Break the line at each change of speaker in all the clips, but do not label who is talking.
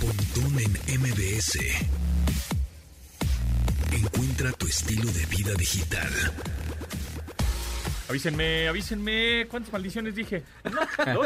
Pontón en MBS. Encuentra tu estilo de vida digital.
Avísenme, avísenme. ¿Cuántas maldiciones dije? No, no,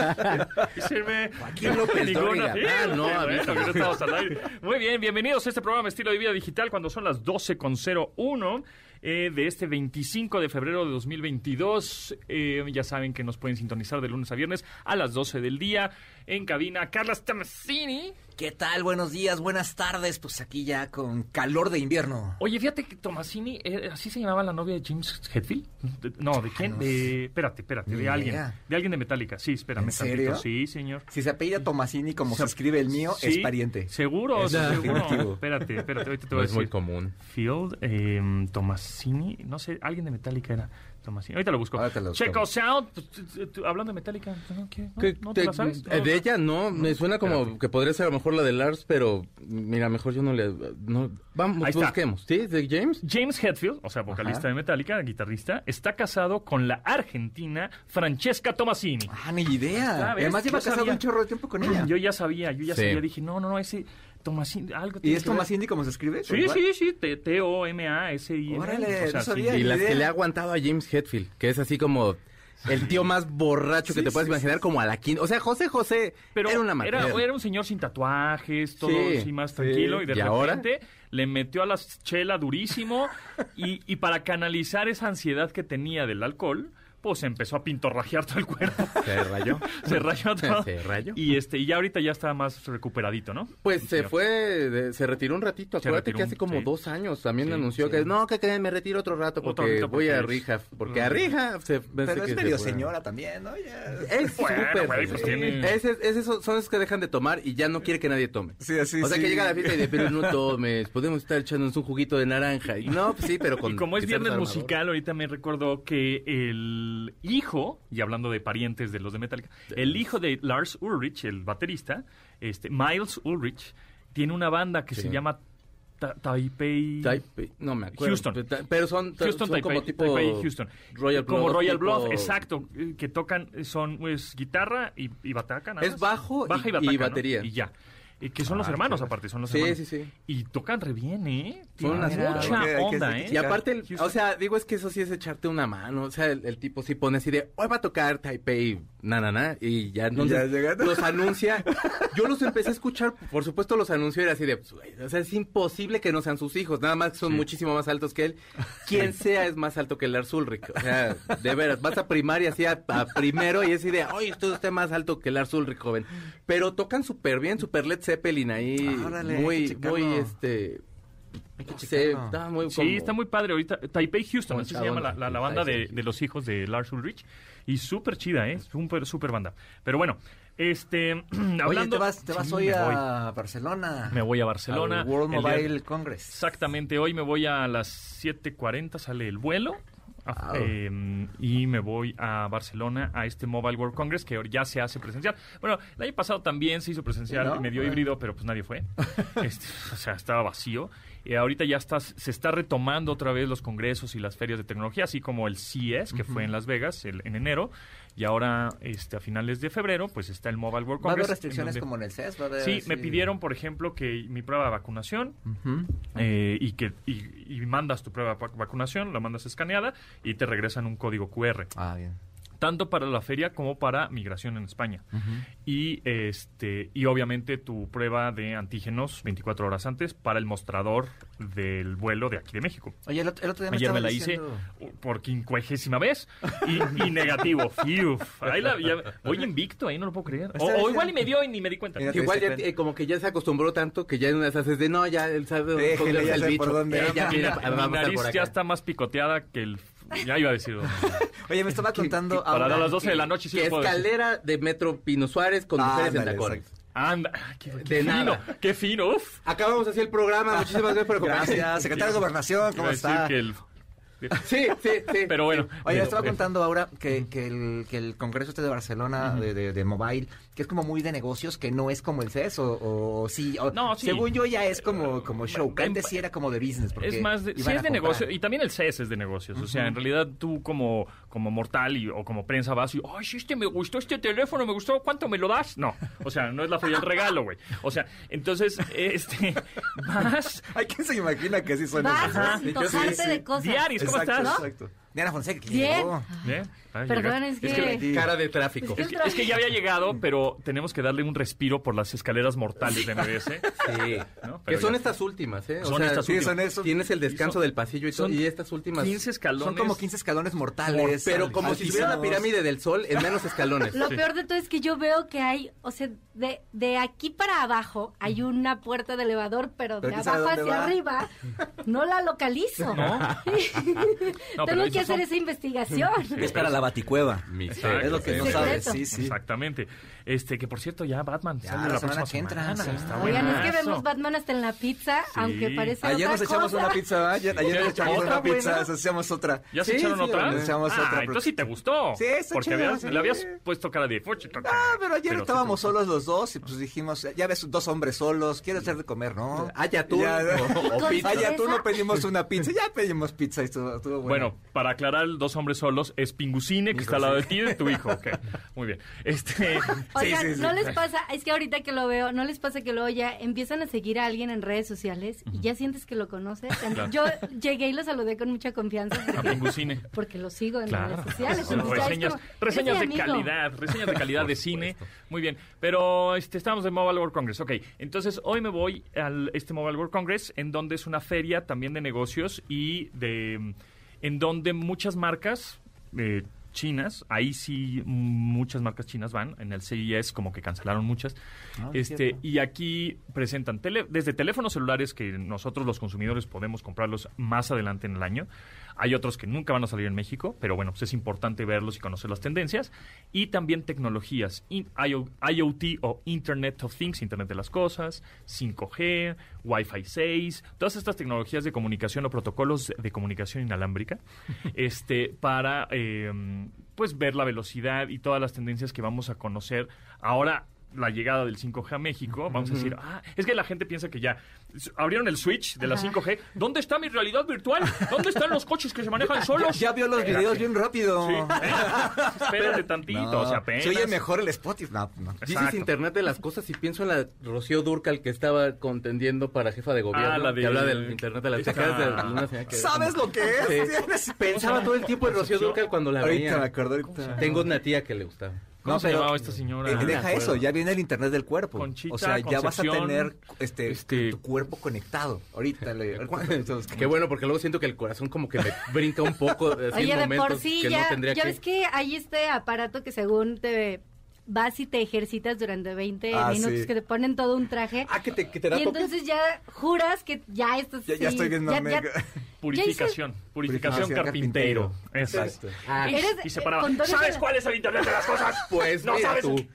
avísenme.
Joaquín López
Ninguna.
Dóriga. Ah, no,
bueno,
avísenme.
que no estamos al aire. Muy bien, bienvenidos a este programa Estilo de Vida Digital cuando son las 12.01 eh, de este 25 de febrero de 2022. Eh, ya saben que nos pueden sintonizar de lunes a viernes a las 12 del día en cabina. Carla Stamasini.
¿Qué tal? Buenos días, buenas tardes. Pues aquí ya con calor de invierno.
Oye, fíjate que Tomasini, eh, ¿así se llamaba la novia de James Hetfield? De- no, ¿de quién? De, espérate, espérate,
Ah, Ni
de alguien.
idea.
De alguien de Metallica, sí, espérame.
¿En
tantito.
serio?
Sí, señor.
Si se apellida Tomasini como se escribe el mío,
Sí,
es pariente.
Seguro,
Es
sí, seguro.
definitivo.
Espérate, espérate, ahorita te
No
voy a
es
decir.
muy común.
Field, eh, Tomasini, no sé, alguien de Metallica era. Tomasini. Ahorita lo busco.
Ahorita lo busco.
Checo Sound, pues, t- t- t- hablando de Metallica, ¿no, qué? ¿No-
¿Qué-
no te
te-
la sabes?
eh, de ella no, me suena como que podría ser a lo mejor la de Lars, pero mira, mejor yo no le... no- vamos,
Ahí está.
busquemos. ¿Sí? ¿De James?
James Hetfield, o sea, vocalista
Ajá.
de Metallica, guitarrista, está casado con la argentina Francesca Tomasini.
Ah, ni idea.
Ya ves,
Además
yo
lleva casado
sabía.
un chorro de tiempo con ella.
Yo ya sabía, yo ya
Sí.
sabía, dije, no, no, no, ese Tomasini, algo
¿Y
tiene
es
que ver.
Tomasini como se escribe? Pues
Sí, sí, sí, T- T-O-M-A-S-I-N.
Órale, no sabía.
Y
ni
las
idea.
que le ha aguantado a James Hetfield, que es así como el tío más borracho que te puedas imaginar, como a la quinta. O sea, José José
Pero
era una
era,
maravilla.
era un señor sin tatuajes, todo
Sí,
así más
sí.
tranquilo. Y de
¿Y ahora?
repente le metió a la chela durísimo. y, y para canalizar esa ansiedad que tenía del alcohol, pues empezó a pintorrajear todo el cuerpo.
Se rayó.
Se rayó todo.
Se rayó.
Y, este, y ya ahorita ya está más recuperadito, ¿no?
Pues se fue, de- se retiró un ratito.
Se
Acuérdate
retiró
que
un-
hace como
sí.
dos años también
Sí,
anunció
sí.
que no, que creen, me retiro otro rato porque
Otro ratito
voy
porque
a
es-
Rija. Porque a Rija se
Pero es medio
señora
señora también, ¿no? Ya-
Es
Bueno,
súper
güey, pues
feliz.
tiene-
Ese- esos son los que dejan de tomar y ya no quiere que nadie tome.
Sí, así,
o sea
sí.
que llega a la fiesta y de pero no tomes, podemos estar echándonos un juguito de naranja. Y no, pues sí, pero con
y como es
quizás
viernes
armador.
musical, ahorita me recordó que el hijo, y hablando de parientes de los de Metallica, el hijo de Lars Ulrich, el baterista, este Miles Ulrich, tiene una banda que
Sí.
se llama Ta- Taipei...
Taipei- eh, no me acuerdo.
Houston.
Pero ta- Pero son, ta-
Houston,
son
Taipei,
como tipo
Taipei, Houston.
Royal
como
Blood,
Royal
tipo-
Blood, exacto, eh, que tocan, eh, son pues, guitarra y, y bataca. nada
Es
más.
bajo y-
Baja y,
y
bataca, ¿no?
batería.
Y ya. Eh, que son los
Ah,
hermanos,
qué-
aparte, son los
Sí,
hermanos.
sí, sí.
Y tocan re bien, ¿eh? Tienen
unas-
mucha
Hay que- hay que-
onda, ¿eh?
Y aparte, el-
Houston.
o sea, digo, es que eso sí es echarte una mano. O sea, el, el tipo sí pone así de, hoy va a tocar Taipei, na, na, na, y ya, entonces,
ya llegando.
los anuncia. Yo los empecé a escuchar, por supuesto, los anunció y era así de, pues, güey, o sea, es imposible que no sean sus hijos, nada más que son muchísimo más altos que él. Quien sea es más alto que Lars Ulrich. O sea, de veras, vas a primaria así a, a primero y es así de, oye, usted está más alto que Lars Ulrich, joven. Pero tocan súper bien, súper Led Zeppelin ahí,
Órale, hay que
muy, muy,
checarlo.
este... no sé,
checarlo.
estaba muy
Sí,
como-
está muy padre ahorita. Taipei Houston,
Con
así se llama la,
Chabona.
la- la banda de,
Taipei
de los hijos de Lars Ulrich. Y súper chida, ¿eh? Súper, súper banda. Pero bueno, este... hablando...
Oye, te vas, te vas
Sí,
hoy
me voy.
a Barcelona.
Me voy a
Barcelona.
Barcelona.
World
El día-
Mobile Congress.
Exactamente, hoy me voy a las 7.40, sale el vuelo. a-
Wow.
eh, y me voy a Barcelona a este Mobile World Congress que ya se hace presencial. Bueno, el año pasado también se hizo presencial,
¿No?
medio
Ah.
híbrido, pero pues nadie fue. Este, o sea, estaba vacío. Eh, ahorita ya está, se está retomando otra vez los congresos y las ferias de tecnología, así como el CES, que fue en Las Vegas el- en enero. Y ahora, este, a finales de febrero, pues está el Mobile World Congress.
¿Va a haber
en
restricciones
donde-
como en el CES? ¿Va a haber
Sí, me
así-
pidieron, por ejemplo, que mi prueba de vacunación
Ujú.
eh, y que y, y mandas tu prueba de vac- vacunación, la mandas escaneada y te regresan un código QR,
Ah, bien.
tanto para la feria como para migración en España. Y este y obviamente tu prueba de antígenos 24 horas antes para el mostrador del vuelo de aquí de México.
Oye, el otro, el otro día me
Ayer
estaba
me la
diciendo...
hice uh, por quincuagésima vez y, y negativo. Fiuf. Ahí la- ya- voy invicto, ahí no lo puedo creer. O, o igual y me dio y ni me di cuenta.
Mira,
Igual ya,
Depende.
eh, como que ya se acostumbró tanto que ya en unas haces de no, ya él sabe dónde
Déjele,
ponerse
ya
al
sé por dónde.
Eh, ya,
Mi
mira,
na-
vamos a
mi
estar
nariz
por
ya
acá.
está más picoteada que el... Ya iba a decir...
Oye, me estaba contando...
Para
ahora
las 12 de la noche sí
Que
lo puedo decir.
escalera de Metro Pino Suárez con
Ah,
mujeres en
ándale,
tacones.
exacto.
Anda, qué, qué
De
fino,
nada.
qué fino, uf.
Acabamos así el programa. Muchísimas gracias por acompañarnos.
Gracias, secretario de Gobernación, ¿cómo
Iba a decir
está?
que el
Sí, sí, sí.
Pero bueno. eh,
Oye,
pero-
estaba contando ahora que, que el, que el Congreso este de Barcelona de, de- de Mobile, que es como muy de negocios, que no es como el CES o, o- o sí, o-
No, sí.
Según yo ya es como, como show.
Eh,
Antes sí era como de business. Porque
Es más, de, sí
iban
es
a
de
comprar.
negocio, y también el CES es de negocios. O sea, en realidad tú como, como mortal y- o como prensa vas y, ay, sí, este me gustó, este teléfono me gustó, ¿cuánto me lo das? No, o sea, no es la feria del regalo, güey. O sea, entonces, este, vas
Hay quien se imagina que así son
Vas
esos,
a
¿no?
antojarte
Sí, sí.
de cosas.
diarios, ¿cómo
Exacto,
estás?
exacto.
Diana Fonseca. que
Bien.
llegó.
Bien. Ay,
Perdón,
llega.
es
Es
que...
Cara de tráfico.
Es
Es que, es que ya había llegado, pero tenemos que darle un respiro por las escaleras mortales de MBS.
Sí.
No, pero
que son
ya.
estas últimas, ¿eh?
Son estas
sí,
últimas.
eso. Tienes el descanso del pasillo y, todo,
son
y estas últimas.
15 escalones.
Son como 15 escalones
Mor-
mortales.
pero como si tuviera la
altizados.
pirámide del sol en menos escalones.
Lo peor de todo es que yo veo que hay, o sea, de, de aquí para abajo hay una puerta de elevador,
Pero
pero, de
¿quién sabe
abajo hacia
dónde va?
arriba no la localizo.
No. No, pero
Tengo
esos
que hacer
son-
esa investigación.
Es
Es para la baticueva.
Misterio.
es lo que no
Secreto.
sabes. Sí, sí.
Exactamente. Este, que por cierto, ya Batman
Ya,
sale
la
la
semana
próxima
que entra,
semana.
sí.
Está
Oigan, es que
buenazo.
vemos Batman hasta en la pizza,
Sí.
aunque parece
Ayer
otra
nos echamos
cosa.
una pizza, ¿verdad? Ayer, ayer
¿Ya
nos echamos
otra
una pizza,
buena?
nos hacíamos otra.
¿Ya se
Sí,
echaron
sí,
otra?
nos echamos
ah,
otra. pero-
entonces sí te gustó.
Sí, está
Porque
chido,
habías-
sí.
le habías puesto cara de...
Ah, pero ayer
sí
estábamos
te gustó.
solos los dos y pues dijimos, ya ves, dos hombres solos, quieres hacer de comer, ¿no?
Ah, ya tú.
Ya.
O- o
Con
pizza.
Ah, ya tú no
¿Esa?
pedimos una pizza, ya pedimos pizza y estuvo, estuvo
Bueno, para aclarar, dos hombres solos es Pingucine, que está al lado de ti y de tu hijo. Ok, muy bien. Este,
Oigan,
sí, sí.
no les pasa, es que ahorita que lo veo, no les pasa que luego ya empiezan a seguir a alguien en redes sociales y ya sientes que lo conoces.
Claro.
Yo llegué y lo saludé con mucha confianza
a
porque,
Pingucine.
porque lo sigo en
Claro.
redes sociales.
Con
entonces ya es
reseñas
como, eres
reseñas
mi
de
amigo.
calidad, reseñas de calidad de cine. Muy bien. Pero este, estamos en Mobile World Congress. Ok, entonces hoy me voy al este Mobile World Congress, en donde es una feria también de negocios y de. en donde muchas marcas. eh, chinas, ahí sí muchas marcas chinas van, en el CIS como que cancelaron muchas, este y aquí presentan tele- desde teléfonos celulares que nosotros los consumidores podemos comprarlos más adelante en el año, hay otros que nunca van a salir en México, pero bueno, pues es importante verlos y conocer las tendencias, y también tecnologías, in- IO- IoT o Internet of Things, Internet de las Cosas, 5G, Wi-Fi 6, todas estas tecnologías de comunicación o protocolos de comunicación inalámbrica, este, para eh, pues ver la velocidad y todas las tendencias que vamos a conocer ahora la llegada del 5G a México, vamos a decir, ah, es que la gente piensa que ya s- abrieron el switch de la 5G, ¿dónde está mi realidad virtual? ¿Dónde están los coches que se manejan solos?
Ya vio los videos bien rápido.
Sí. Espérate tantito,
No,
o sea, apenas.
Se oye mejor el Spotify. No, no.
Dices
Exacto.
Internet de las cosas y pienso en la Rocío Durcal que estaba contendiendo para jefa de gobierno.
Ah, la de-
Que habla del Internet de las
Esta-
cosas. de una señora que-
¿Sabes lo que es?
Sí.
Tienes-
Pensaba todo el tiempo en Rocío Durcal cuando la
Ahorita me
veía.
acuerdo, ahorita.
Tengo una tía que le gustaba.
¿Cómo
No,
se
pero-
llamaba esta señora?
Eh, deja eso, ya viene el internet del cuerpo.
Conchita,
o sea, ya vas a
Concepción,
tener este,
este-
tu cuerpo conectado. Ahorita le. ahorita-
Qué bueno, porque luego siento que el corazón como que me brinca un poco. así en
Oye, de por
momentos
sí,
que no
ya,
tendría
ya
que-
ves que hay este aparato que según te vas y te ejercitas durante 20
Ah,
minutos,
sí.
que te ponen todo un traje.
Ah, que te, que te da
y
toque.
entonces ya juras que ya estás
Ya- ya
así,
estoy viendo a Meg.
Purificación, purificación,
Purificación
carpintero. Exacto. Y,
Eres,
y se
eh,
paraba.
con todo
¿Sabes
el-
cuál es el internet de las cosas?
Ah, Pues
no
mira
sabes.
tú.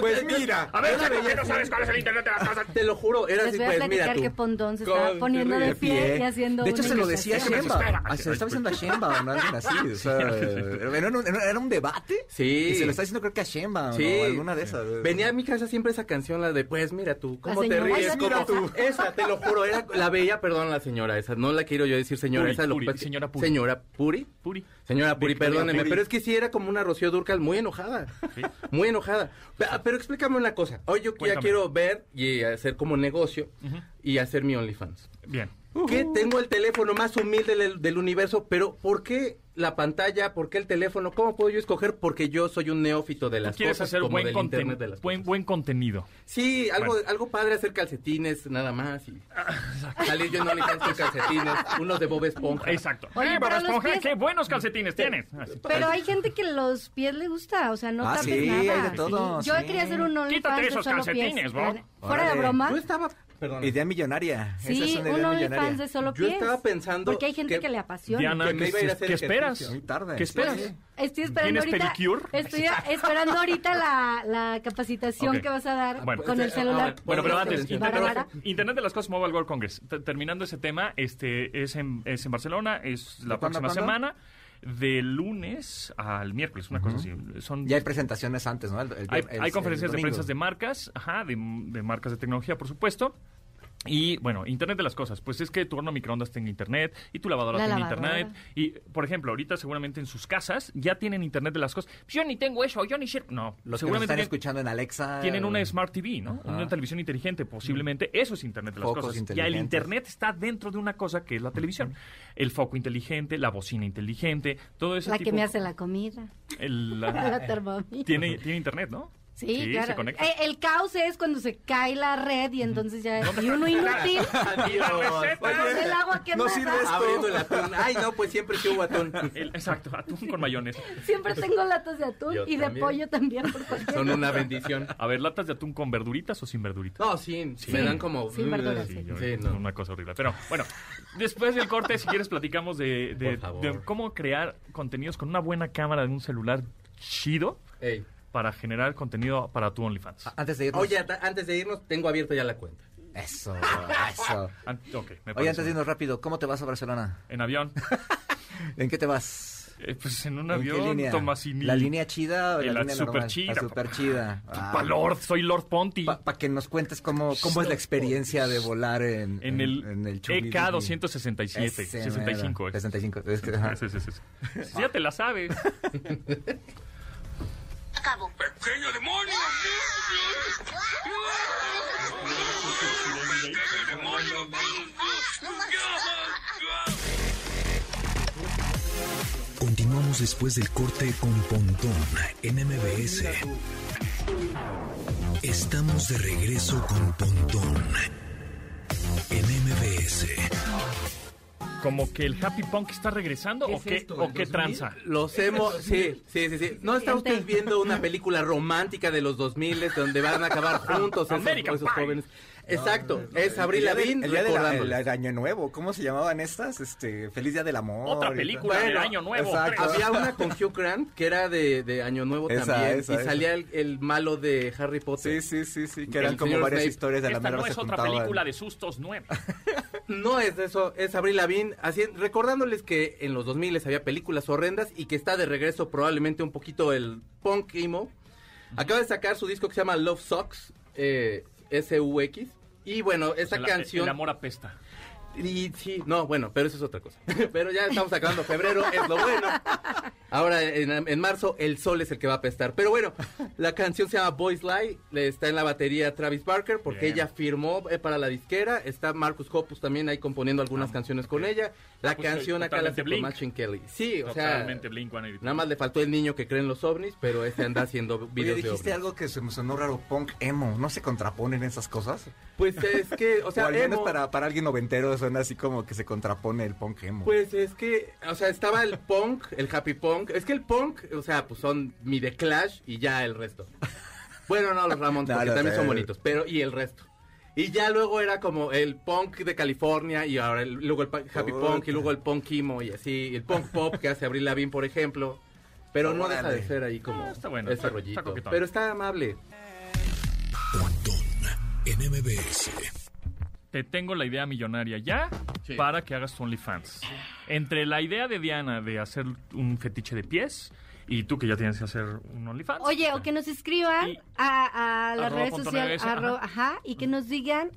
Pues mira.
A ver, ¿por qué no sabes cuál es el internet de las cosas?
Te lo juro, era
Les
así,
voy a
pues mira
platicar
tú.
que Pontón se estaba
Con-
poniendo de
de
pie
pie.
y haciendo
De hecho,
una
se lo decía
imitación.
Shemba.
Shemba. Ah, Se lo estaba diciendo a Shemba o no, alguien así. O sea, eh, era, un, era un debate.
Sí.
Y se lo está diciendo, creo que a Shemba
Sí.
o alguna de esas.
Venía a mi casa siempre esa canción, la de Pues mira tú, ¿cómo te
señora.
ríes?
Pues mira
¿Cómo?
tú.
Esa, te lo juro, era la bella, perdón, la señora esa. No la quiero yo decir señora,
Puri,
esa lo
Puri,
pues,
señora Puri.
Señora Puri.
Puri.
Señora Puri,
Victoria
perdóneme,
Puri.
pero es que sí era como una Rocío Durcal muy enojada.
Sí.
Muy enojada. Pe- ah, Pero, explícame una cosa. Hoy yo ya
Cuéntame.
quiero ver y hacer como negocio y hacer mi OnlyFans.
Bien.
Que tengo el teléfono más humilde del, del universo, pero ¿por qué la pantalla? ¿Por qué el teléfono? ¿Cómo puedo yo escoger? Porque yo soy un neófito de
Tú
las
quieres
cosas
hacer
como
buen,
del
conten-
internet de las
buen,
cosas.
buen contenido.
Sí, algo,
Bueno.
algo padre hacer calcetines, nada más. Y salir yo en OnlyFans con calcetines, unos de Bob Esponja.
Exacto.
Oye,
Oye,
pero los
Esponja,
pies-
qué buenos calcetines tienes. Así.
Pero hay gente que los pies le gusta, o sea, no
Ah,
tapes
sí,
nada.
hay de todo,
Yo
sí.
quería hacer un OnlyFans
Quítate
de
esos
solo
calcetines,
pies.
Bob.
Fuera de
Órale.
broma,
Yo estaba Perdón.
Idea millonaria. Esa es
Sí,
una idea
uno de
millonaria.
fans de solo
Yo
pies.
estaba pensando
Porque hay gente
que-
que, le apasiona.
Diana,
que me
¿qué,
iba a ir a hacer
qué
ejercicio.
esperas?
Muy tarde.
¿Qué esperas?
Sí.
Estoy esperando
¿Tienes
ahorita.
pedicure?
Estoy esperando ahorita la, la capacitación
Ok.
que vas a dar
Bueno.
con el
Ah,
celular. Este,
Bueno, pero antes,
Atención.
Internet,
Bárbara.
Internet de las Cosas Mobile World Congress. T- Terminando ese tema, este es en, es en Barcelona, es la
¿De
próxima
cuándo a cuándo?
semana, de lunes al miércoles, una cosa así. Son
Ya hay presentaciones antes, ¿no? El- el-
hay,
el-
hay
el
conferencias de
domingo.
prensas de marcas, ajá, de, de marcas de tecnología, por supuesto. Y bueno, Internet de las cosas. Pues es que tu horno microondas tenga Internet y tu lavadora
La
tenga
lavadora.
Internet. Y, por ejemplo, ahorita seguramente en sus casas ya tienen Internet de las cosas. Pues Yo ni tengo eso, yo ni sé. No,
Los que nos
seguramente
están
tienen-
escuchando en Alexa.
tienen una
eh,
Smart TV, ¿no?
Ajá. Mm.
Una televisión inteligente, posiblemente. Eso es Internet de las
Focos
cosas. Ya el
inteligentes.
Internet está dentro de una cosa que es la televisión. El foco inteligente, la bocina inteligente, todo ese
La
tipo.
que me hace la comida.
el- la-
La Thermomix.
tiene, tiene Internet, ¿no?
Sí, claro.
se conecta.
Eh, el caos es cuando se cae la red y entonces ya y uno inútil.
Y la receta.
el agua que
No sirve esto.
Abriendo el atún. Ay, no, pues siempre que hubo atún.
El- exacto, atún con mayones.
Siempre tengo latas de atún
Yo
y de
también.
pollo también por cualquier
Son una bendición.
A ver, latas de atún con verduritas o sin verduritas.
No, sí, me dan como...
Sin verduras,
Sí,
sí.
yo-
Sí,
no.
Una cosa horrible. Pero bueno, después del corte, si quieres, platicamos de, de-
Por favor.
de cómo crear contenidos con una buena cámara de un celular chido
Ey.
para generar contenido para tu OnlyFans.
a- Antes de irnos.
Oye, ata- antes de irnos, tengo abierta ya la cuenta.
Eso, eso.
An- Ah, ok, me
Oye,
parece.
antes de irnos rápido, ¿cómo te vas a Barcelona?
En avión.
¿En qué te vas?
Eh, pues en un
¿En qué
avión,
línea?
Tomasini.
¿La línea chida o
Eh,
la,
la
línea
super
normal?
chida,
La super chida.
Pa' Lord, soy Lord Ponti.
Para que nos cuentes cómo, cómo es la experiencia de volar en,
en el, E
Chubby
EK
Doo.
267,
Ese
65.
mero,
eh.
65. es que, ajá.
Sí, sí, sí, sí. Ya te la sabes.
Continuamos después del corte con Pontón en MBS. Estamos de regreso con Pontón en MBS.
Como que el happy punk está regresando o qué, o qué tranza.
Los hemos... Sí, sí, sí, sí. ¿No está usted viendo una película romántica de los 2000 donde van a acabar juntos esos,
American
esos
Pie.
jóvenes? Exacto. Es Abril
El día del-
Lavigne
El día del
recordándolos.
el año nuevo. ¿Cómo se llamaban estas? Este, Feliz Día del Amor.
Otra
y
película del
Bueno,
año nuevo.
exacto.
tres.
Había una con Hugh Grant que era de, de Año Nuevo
Esa,
también
esa,
y
esa.
salía el, el malo de Harry
todo.
Potter.
Sí, sí, sí, sí. Que
El
eran como
señor
varias
Snape.
historias de la
Esta
mera
no
se
es otra
juntaban.
película de sustos nueva.
No es eso, es Abril Lavigne así, recordándoles que en los 2000 había películas horrendas y que está de regreso probablemente un poquito el punk emo. Acaba de sacar su disco que se llama Love Socks, eh, S-U-X. Y bueno, esta
El-
canción...
El amor apesta.
Y sí, no, bueno, pero eso es otra cosa. pero ya estamos acabando febrero, es lo bueno. Ahora en, en marzo el sol es el que va a apestar. Pero bueno, la canción se llama Boys Lie, le está en la batería Travis Barker porque
Bien.
ella firmó eh, para la disquera, está Marcus Hoppus también ahí componiendo algunas canciones con ella. La
Ah, Pues,
canción
eh,
acá
totalmente
la hace con
Blink.
Machine Kelly. Sí, o
Totalmente
sea,
Blink
nada más le faltó el niño que cree en los ovnis, pero ese anda haciendo
Oye,
videos de ovnis.
dijiste algo que se me sonó raro, punk emo. ¿No se contraponen esas cosas?
Pues es que, o
O, sea,
sea,
al menos
emo-
para, para alguien noventero suena así como que se contrapone el punk emo.
Pues es que, o sea, estaba el punk, el happy punk. Es que el punk, o sea, pues son mi The Clash y ya el resto. Bueno, no, los Ramones,
No,
porque
no,
también
no,
son
no.
bonitos, pero y el resto. Y ya luego era como el punk de California y ahora el- luego el pa- happy punk y luego el punk emo y así, el punk pop que hace Abril Lavigne, por ejemplo. Pero no deja de
Oh, Órale.
ser ahí como
Ah, está bueno,
ese
está- está
rollito.
coquetón.
pero está amable.
Pontón en MBS.
Te tengo la idea millonaria ya
Sí.
para que hagas tu OnlyFans. Entre la idea de Diana de hacer un fetiche de pies y tú que ya tienes que hacer un OnlyFans.
Oye, o que nos escriban
Y-
a, a las
Arroba
redes
punto
sociales,
NBS, ajá.
arro- ajá, y que nos digan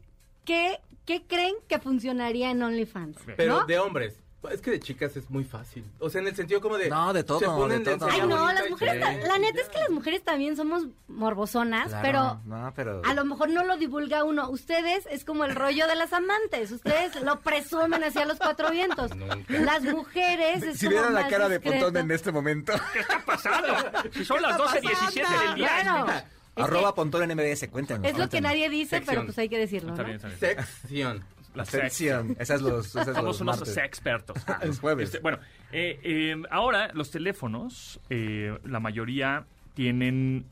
qué, qué creen que funcionaría en OnlyFans.
Bien.
Pero
¿no?
de hombres. Es que de chicas es muy fácil. O sea, en el sentido como de.
No, de todo,
se ponen
de todo.
lencería
Ay, no,
bonita
las
y-
mujeres,
Sí.
la neta es que las mujeres también somos morbosonas,
Claro,
pero
No, pero...
a lo mejor no lo divulga uno. Ustedes es como el rollo de las amantes, ustedes lo presumen hacia los cuatro vientos. Las mujeres es
Si
como
vieran la
más
cara de
discreto.
Pontón en este momento.
pasado. Si son las 12.17 del día.
Bueno, es,
Arroba
que-
Pontón en MBS, cuéntanos.
es lo que
cuéntanos.
nadie dice, pero
Sección.
pues hay que decirlo.
Está
¿no?
bien, está bien.
Sección.
La sex.
Sección. Esas los, esas los
Somos unos
martes.
sexpertos.
Los jueves.
Este, bueno, eh, eh, ahora los teléfonos, eh, la mayoría tienen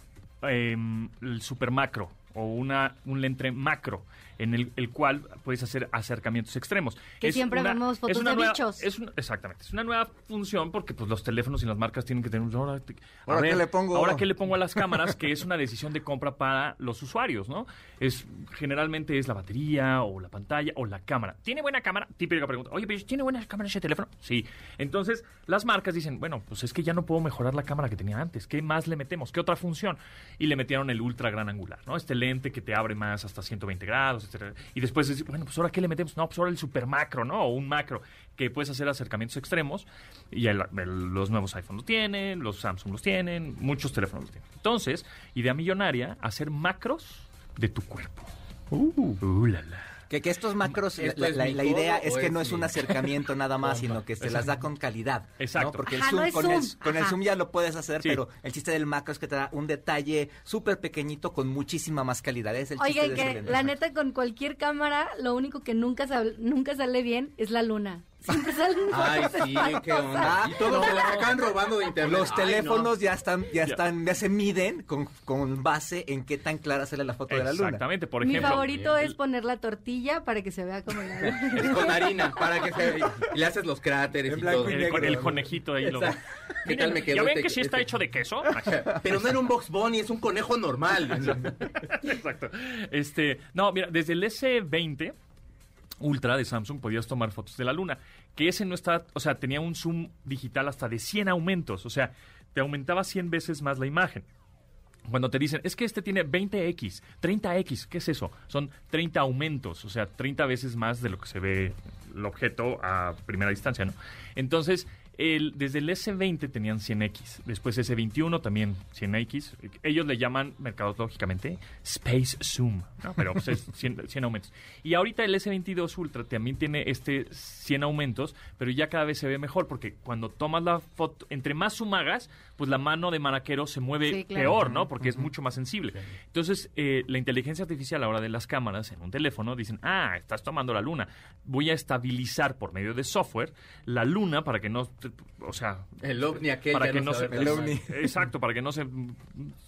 eh, em, el supermacro. o una, un lente macro en el, el cual puedes hacer acercamientos extremos.
Que siempre vemos fotos
una
de
nueva-
bichos.
es un- exactamente, es una nueva función porque pues los teléfonos y las marcas tienen que tener... un- Ahora, te-
Ahora,
a
¿qué le pongo?
Ahora qué le pongo a las cámaras, que es una decisión de compra para los usuarios, ¿no? Es Generalmente es la batería o la pantalla o la cámara. ¿Tiene buena cámara? Típica pregunta. Oye, pero ¿tiene buena cámara ese teléfono? Sí. Entonces las marcas dicen, bueno, pues es que ya no puedo mejorar la cámara que tenía antes. ¿Qué más le metemos? ¿Qué otra función? Y le metieron el ultra gran angular, ¿no? Este lente que te abre más hasta 120 grados, etcétera. Y después decir, bueno, pues ahora qué le metemos? No, pues ahora el super macro, ¿no? O un macro que puedes hacer acercamientos extremos y el- el- los nuevos iPhone lo tienen, los Samsung los tienen, muchos teléfonos los tienen. Entonces, idea millonaria, hacer macros de tu cuerpo. Uh, la, la.
Que, que estos macros, la-
¿Esto
la,
es
la-
mi
la idea
codo
es
o
que
es
no es un
mi
acercamiento nada más, sino que se las da con calidad. ¿no?
Exacto.
Porque el
Ajá,
zoom,
no es
con, El,
zoom,
con el
ajá.
zoom ya lo puedes hacer,
Sí.
pero el chiste del macro es que te da un detalle súper pequeñito con muchísima más calidad. Es el
Oiga,
chiste
y
de ese
que
lente.
la neta con cualquier cámara, lo único que nunca sal- nunca sale bien es la luna. Siempre salen
Ay,
fotos
sí,
espantosas.
qué onda. Y todos se las acaban robando de internet.
Los
Ay,
teléfonos ya están, ya
Ya.
están, ya se miden con, con base en qué tan clara sale la foto de la luna.
Exactamente, por
Mi
ejemplo.
favorito es poner la tortilla para que se vea como la luna.
no. Es con harina, para que se... Y le haces los cráteres
En
y
blanco
todo.
y
El,
negro.
con el conejito ahí lo
Exacto. ¿Qué tal me quedó?
¿Ya ven
este-
que sí está
este?
hecho de queso?
Pero no era un box bunny, es un conejo normal.
Exacto. Este, no, mira, desde el S20 Ultra de Samsung podías tomar fotos de la luna, que ese no está, o sea, tenía un zoom digital hasta de 100 aumentos, o sea, te aumentaba 100 veces más la imagen. Cuando te dicen, es que este tiene 20x, 30x, ¿qué es eso? Son 30 aumentos, o sea, 30 veces más de lo que se ve el objeto a primera distancia, ¿no? Entonces, el, desde el S20 tenían 100x, después S21 también 100x. Ellos le llaman, mercadológicamente, Space Zoom, ¿no? pero pues, es 100, 100 aumentos. Y ahorita el S22 Ultra también tiene este 100 aumentos, pero ya cada vez se ve mejor, porque cuando tomas la foto, entre más zoom hagas, pues la mano de maraquero se mueve
Sí, claro.
peor, ¿no? Porque es mucho más sensible. Entonces, eh, la inteligencia artificial ahora de las cámaras en un teléfono dicen, ah, estás tomando la luna. Voy a estabilizar por medio de software la luna para que no, te- o sea,
El ovni aquel
para
ya
que
no
no se,
sabe nada.
El ovni.
exacto, para que no se,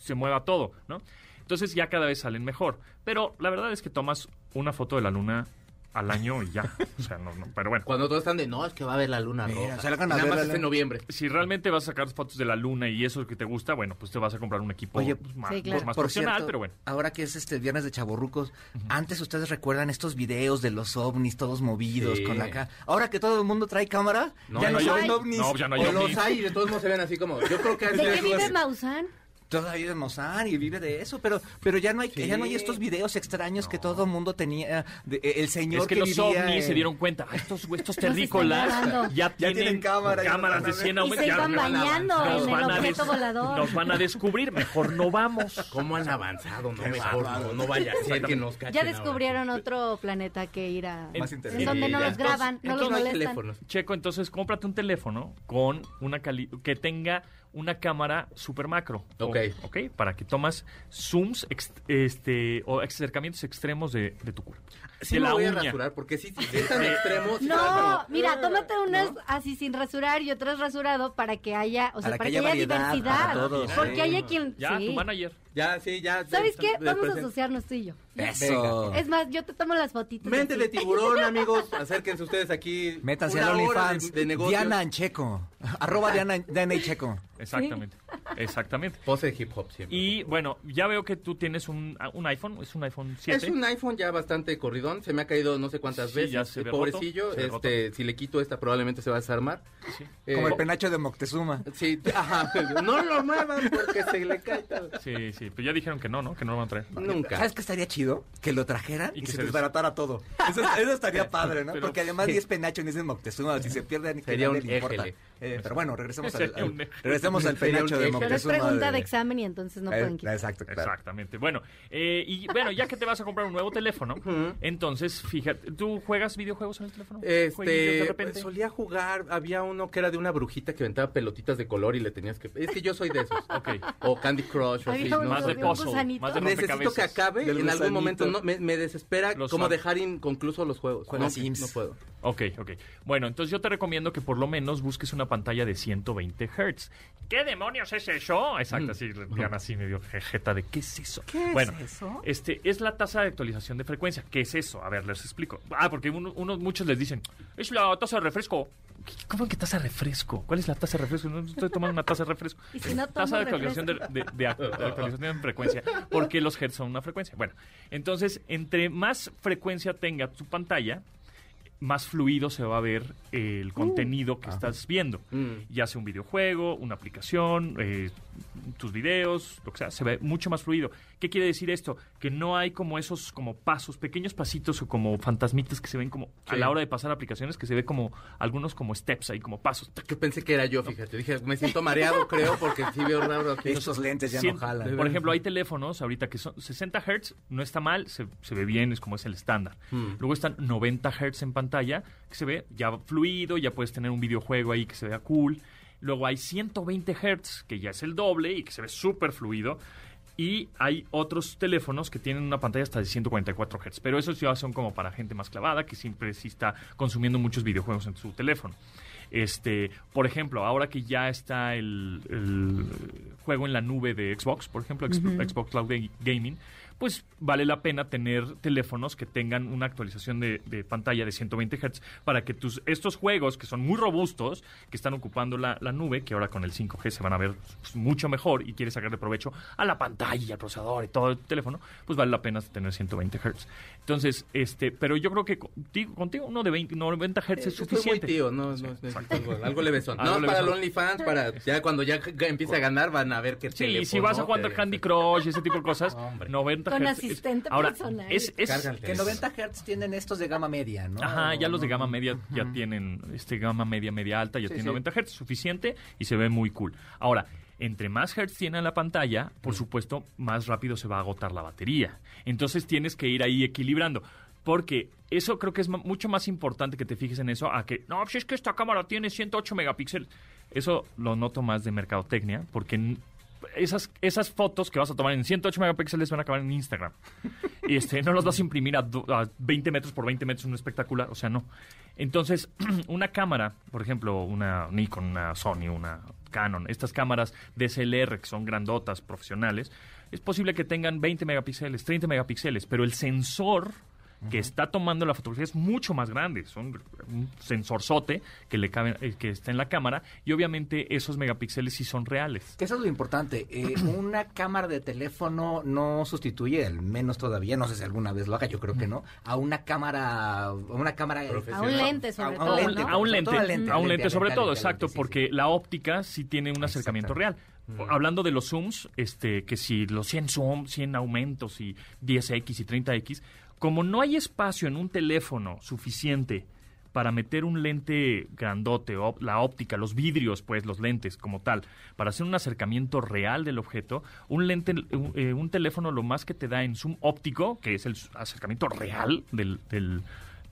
se mueva todo, ¿no? Entonces ya cada vez salen mejor. Pero la verdad es que tomas una foto de la luna al año y ya. O sea, no, no, pero bueno.
Cuando todos están de, no, es que va a haber la luna
Mira,
roja.
salgan a
Y nada
ver
más
la
es en
luna.
noviembre.
Si realmente vas a sacar fotos de la luna y eso es lo que te gusta, bueno, pues te vas a comprar un equipo
Oye,
pues, más,
Sí, claro.
más
Por
profesional,
cierto,
pero bueno.
Ahora que es este viernes de chaborrucos, antes ustedes recuerdan estos videos de los ovnis todos movidos
Sí.
con la ca- Ahora que todo el mundo trae cámara,
No,
ya no,
ya no
se
hay.
ven ovnis.
No, ya no hay
o
ovnis.
los hay y de todos modos se ven así como, yo creo que...
¿De qué vive Maussan?
Todavía de Mozart y vive de eso, pero pero ya no hay ya no hay
Sí.
estos videos extraños que todo el mundo tenía de- eh, el señor
Es que, los
vivía
ovnis
en-
se dieron cuenta. "Ah, Estos, estos
están grabando.
terrícolas ya,
tienen
tienen
cámara, ya
cámaras
no
de
van a
100
ver.
Y se
aumentos.
iban bañando
nos
en el
van a
objeto
des-
volador.
Nos van a descubrir. Mejor no vamos.
¿Cómo han avanzado? No, mejor, no, no vaya a ser que nos cachen
Ya
ahora.
descubrieron otro planeta que ir a...
Más
En
interesante.
donde no
ya.
los graban, no los
Entonces, hay
molestan.
teléfonos.
Checo, entonces cómprate un teléfono con una cali- que tenga una cámara super macro. O-
Ok.
ok, para que tomas zooms ex- este, o acercamientos extremos de, de tu cuerpo.
Sí
de
me
la
voy a
uña.
rasurar, porque sí, sí, es tan extremo. sí,
No,
como-
mira, tómate unas así sin rasurar y otras rasurado para que haya, o sea,
Para
para,
que
que
haya
haya
variedad,
diversidad.
para todos,
porque
sí.
hay quien.
Ya,
sí.
tu manager.
Ya, sí, ya.
¿Sabes qué?
les
Vamos a
presento.
asociarnos tú y yo.
Eso.
Es más, yo te tomo las fotitos.
Mente
así.
de tiburón, amigos. Acérquense ustedes aquí.
Métanse
Una
al
hora de-
OnlyFans.
De negocios.
Diana Ancheco. Arroba Diana, Diana y Checo.
Exactamente. Exactamente.
Pose de hip hop siempre.
Y bueno, ya veo que tú tienes un, ah, un iPhone, es un iPhone 7.
Es un iPhone ya bastante corridón, se me ha caído no sé cuántas
Sí,
veces,
ya se
eh,
ve
pobrecillo,
roto, se ve
este, si le quito esta probablemente se va a desarmar.
Sí.
Eh,
Como el penacho de Moctezuma.
Sí, ajá, no lo muevan porque se le cae todo.
Sí, sí, pero ya dijeron que no, ¿no? Que no lo van a traer.
Nunca.
¿Sabes qué estaría chido? Que lo trajeran
Y
y,
que
se
se des-
desbaratara todo. Eso, eso estaría padre, ¿no?
Pero-
Porque además 10 penachos ni es de Moctezuma. Si se pierden, que
Sería
nadie
un
le importa.
ejele.
Eh, pero bueno, regresemos al,
Sería un
al-
ejele.
regresemos al
Sería un
penacho de
ejele.
Moctezuma.
Pero es pregunta de
de-
examen y entonces no
Eh,
pueden quitar.
Exacto, claro.
Exactamente. Bueno, eh, y bueno, ya que te vas a comprar un nuevo teléfono, entonces, fíjate, ¿tú juegas videojuegos en el teléfono? Jueguillos de
Este,
repente.
solía jugar, había uno que era de una brujita que aventaba pelotitas de color y le tenías que... Es que yo soy de esos.
Ok.
O Candy Crush o así,
Había
¿no?
uno
Más de
un
puzzle,
gusanito.
más de
Necesito que
rompecabezas.
acabe
Del
en algún
gusanito.
momento. no, me, me desespera
Los
como
Sam.
dejar inconcluso los juegos.
Juega
no,
Sims.
no puedo.
Ok, ok. Bueno, entonces yo te recomiendo que por lo menos busques una pantalla de 120 Hz. ¿Qué demonios es eso? Exacto, así Diana así me dio jejeta de ¿qué es eso? bueno, Este, es la tasa de actualización de frecuencia. ¿Qué es eso? A ver, les explico. Ah, porque uno, uno- muchos les dicen, es la tasa de refresco. ¿Qué- ¿Cómo que tasa de refresco? ¿Cuál es la tasa de refresco? No estoy tomando una tasa de refresco.
Y si no
tasa de
tomo
actualización de,
refresco.
de- de act- de actualización de frecuencia. Porque los hertz son una frecuencia. Bueno, entonces, entre más frecuencia tenga tu pantalla, más fluido se va a ver el contenido que estás viendo.
Mm.
Ya sea un videojuego, una aplicación, eh, tus videos, lo que sea, se ve mucho más fluido. ¿Qué quiere decir esto? Que no hay como esos como pasos, pequeños pasitos o como fantasmitas que se ven como a
Sí.
la hora de pasar aplicaciones, que se ve como algunos como steps ahí, como pasos. Tac,
Yo pensé que era yo, fíjate. Dije, me siento mareado, creo, porque sí veo raro aquí.
Estos lentes ya
Cien-
no jalan.
Por ejemplo, hay teléfonos ahorita que son 60 Hz, no está mal, se, se ve bien, es como es el estándar.
Hmm.
Luego están 90 Hz en pantalla, que se ve ya fluido, ya puedes tener un videojuego ahí que se vea cool. Luego hay 120 Hz, que ya es el doble y que se ve súper fluido. Y hay otros teléfonos que tienen una pantalla hasta de 144 Hz, pero esos ya son como para gente más clavada que siempre sí está consumiendo muchos videojuegos en su teléfono. Este, por ejemplo, ahora que ya está el, el juego en la nube de Xbox, por ejemplo, Ex- Xbox Cloud Ga- Gaming, pues vale la pena tener teléfonos que tengan una actualización de, de pantalla de 120 Hz para que tus, estos juegos que son muy robustos, que están ocupando la, la nube, que ahora con el 5G se van a ver pues, mucho mejor y quieres sacarle provecho a la pantalla, y al procesador y todo el teléfono, pues vale la pena tener 120 Hz. Entonces, este, pero yo creo que contigo, contigo uno de 20, 90 Hz es
Yo soy Eh, muy
suficiente.
tío, no, no, necesito algo, algo levesón.
Algo
No, para el
levesón.
OnlyFans, para ya cuando ya empiece a ganar van a ver qué
Sí,
teléfono
si vas a jugar
te-
Candy Crush y ese tipo de cosas, 90
Con
Hz.
asistente
Ahora,
personal.
Es, es-
Cárgale.
Que 90 Hz tienen estos de gama media, ¿no?
Ajá, ya los de gama media ya tienen, este gama media, media alta, ya tiene 90 Hz, suficiente y se ve muy cool. Ahora, entre más Hz tiene la pantalla, por supuesto, más rápido se va a agotar la batería. Entonces tienes que ir ahí equilibrando. Porque eso creo que es ma- mucho más importante que te fijes en eso a que, no, pues es que esta cámara tiene 108 megapíxeles. Eso lo noto más de mercadotecnia, porque n- esas, esas fotos que vas a tomar en 108 megapíxeles van a acabar en Instagram. Y este, no los vas a imprimir a, do- a 20 metros por 20 metros en un espectacular, o sea, no. Entonces, una cámara, por ejemplo, una Nikon, una Sony, una Canon, estas cámaras DSLR que son grandotas, profesionales, es posible que tengan 20 megapíxeles, 30 megapíxeles, pero el sensor que está tomando la fotografía es mucho más grande, es un, un sensorzote que le cabe, eh, que está en la cámara y obviamente esos megapíxeles sí son reales.
Que eso es lo importante. eh, una cámara de teléfono no sustituye, al menos todavía, no sé si alguna vez lo haga, yo creo que no, a una cámara, a una cámara
A un lente,
A- a
sobre
un
todo,
lente,
¿no?
a un
sobre
lente,
todo al lente,
a un
al
lente
lente,
sobre
al
todo,
lente, al
exacto,
lente, sí,
porque la óptica sí tiene un acercamiento real. Hablando de los zooms, este, que si los 100 zoom, 100 aumentos y 10x y 30x, como no hay espacio en un teléfono suficiente para meter un lente grandote, op- la óptica, los vidrios, pues los lentes como tal, para hacer un acercamiento real del objeto, un lente, un, eh, un teléfono lo más que te da en zoom óptico, que es el s- acercamiento real del, del,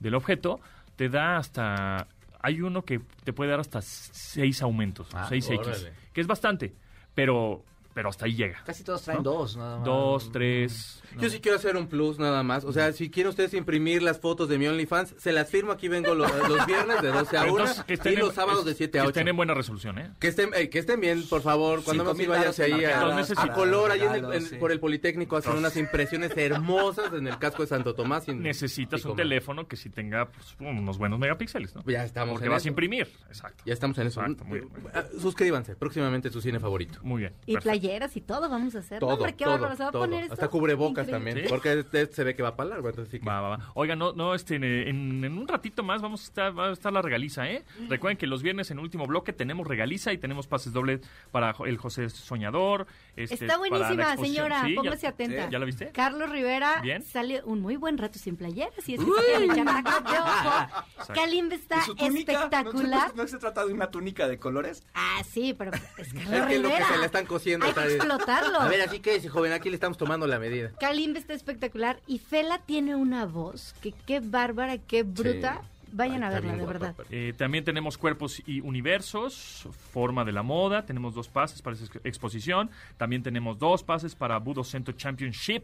del objeto, te da hasta hay uno que te puede dar hasta 6 aumentos,
Ah,
6X,
órale.
que es bastante, pero, pero hasta ahí llega.
Casi todos traen dos,
Ah.
nada más.
2, 3.
Yo sí quiero hacer un plus nada más. O sea, si quieren ustedes imprimir las fotos de mi OnlyFans, se las firmo. Aquí vengo los, los viernes de 12 a 1 y los sábados de 7 a
Que
8.
estén en buena resolución, ¿eh?
Que estén, eh, que estén bien, por favor. Cuando
Cinco
más
mil varos
vayas ahí
en
a,
Entonces,
a
sí.
color, ahí en el-
Regalos,
en-
sí.
por el Politécnico hacen unas impresiones hermosas en el casco de Santo Tomás. sin-
Necesitas
sin
un
coma.
teléfono que sí tenga pues, unos buenos megapíxeles, ¿no?
Ya estamos
Porque
en
vas a
eso.
imprimir. Exacto.
Ya estamos en eso.
Exacto, muy bien.
Ah, Suscríbanse. Próximamente su cine favorito.
Muy bien.
Y
perfecto.
playeras y todo vamos a hacer.
Todo,
no, hombre, qué
todo,
bárbaro, se va a
todo.
poner esto
Hasta cubrebocas
increíble.
también,
Sí.
porque este se ve que va para largo, entonces sí que-
Va, va, va. Oiga, no, no, este, en, en un ratito más vamos a estar, va a estar la regaliza, ¿eh? Recuerden que los viernes en último bloque tenemos regaliza y tenemos pases dobles para jo- el José Soñador. este,
Está
para la
buenísima,
exposición.
señora.
Sí, ya-
Póngase atenta.
sí, ¿Ya la viste?
Carlos Rivera
Bien.
sale un muy buen rato sin playeras y es que se quiere echar tacos de ojo. Kalimba está Ah, espectacular.
¿No, se trata de una túnica de colores?
Ah, sí, pero es Carlos
Es que lo
Rivera.
que se le están cosiendo.
Hay
está
que
bien.
explotarlo.
A ver, así que, ese joven, aquí le estamos tomando la medida.
Kalimba está espectacular y Fela tiene una voz que qué bárbara, qué bruta. Vayan
Ay,
a
está
verla,
bien
de
guapa,
verdad.
pero-
Eh, también tenemos cuerpos y universos, forma de la moda. Tenemos dos pases para esa ex- exposición. También tenemos dos pases para Budo Centro Championship,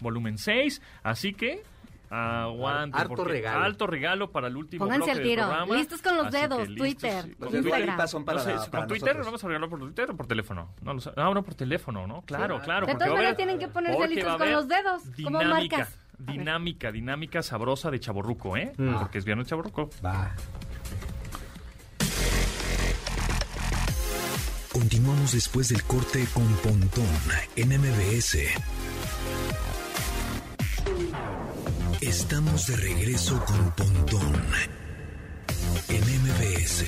volumen 6. Así que Aguante.
Harto
porque-
regalo.
Alto regalo para el último
Pónganse
bloque
al
del
tiro.
programa.
Listos con los
Así que
dedos,
listos.
Twitter,
Los
Instagram.
guaripas son para-
no sé,
para
¿Con Twitter? ¿Lo
nosotros.
vamos a regalar por Twitter o por teléfono? No lo sé. Ah, no, por teléfono, ¿no? Claro, claro.
De
porque
todas
va a
maneras
haber-
tienen que ponerse
porque va
listos
a
con
haber
los dedos, como
dinámica,
marcas. A ver.
Dinámica, dinámica sabrosa de chaborruco, ¿eh? Porque es viernes chaborruco.
Va.
Continuamos después del corte con Pontón en MBS. Estamos de regreso con Pontón en MBS.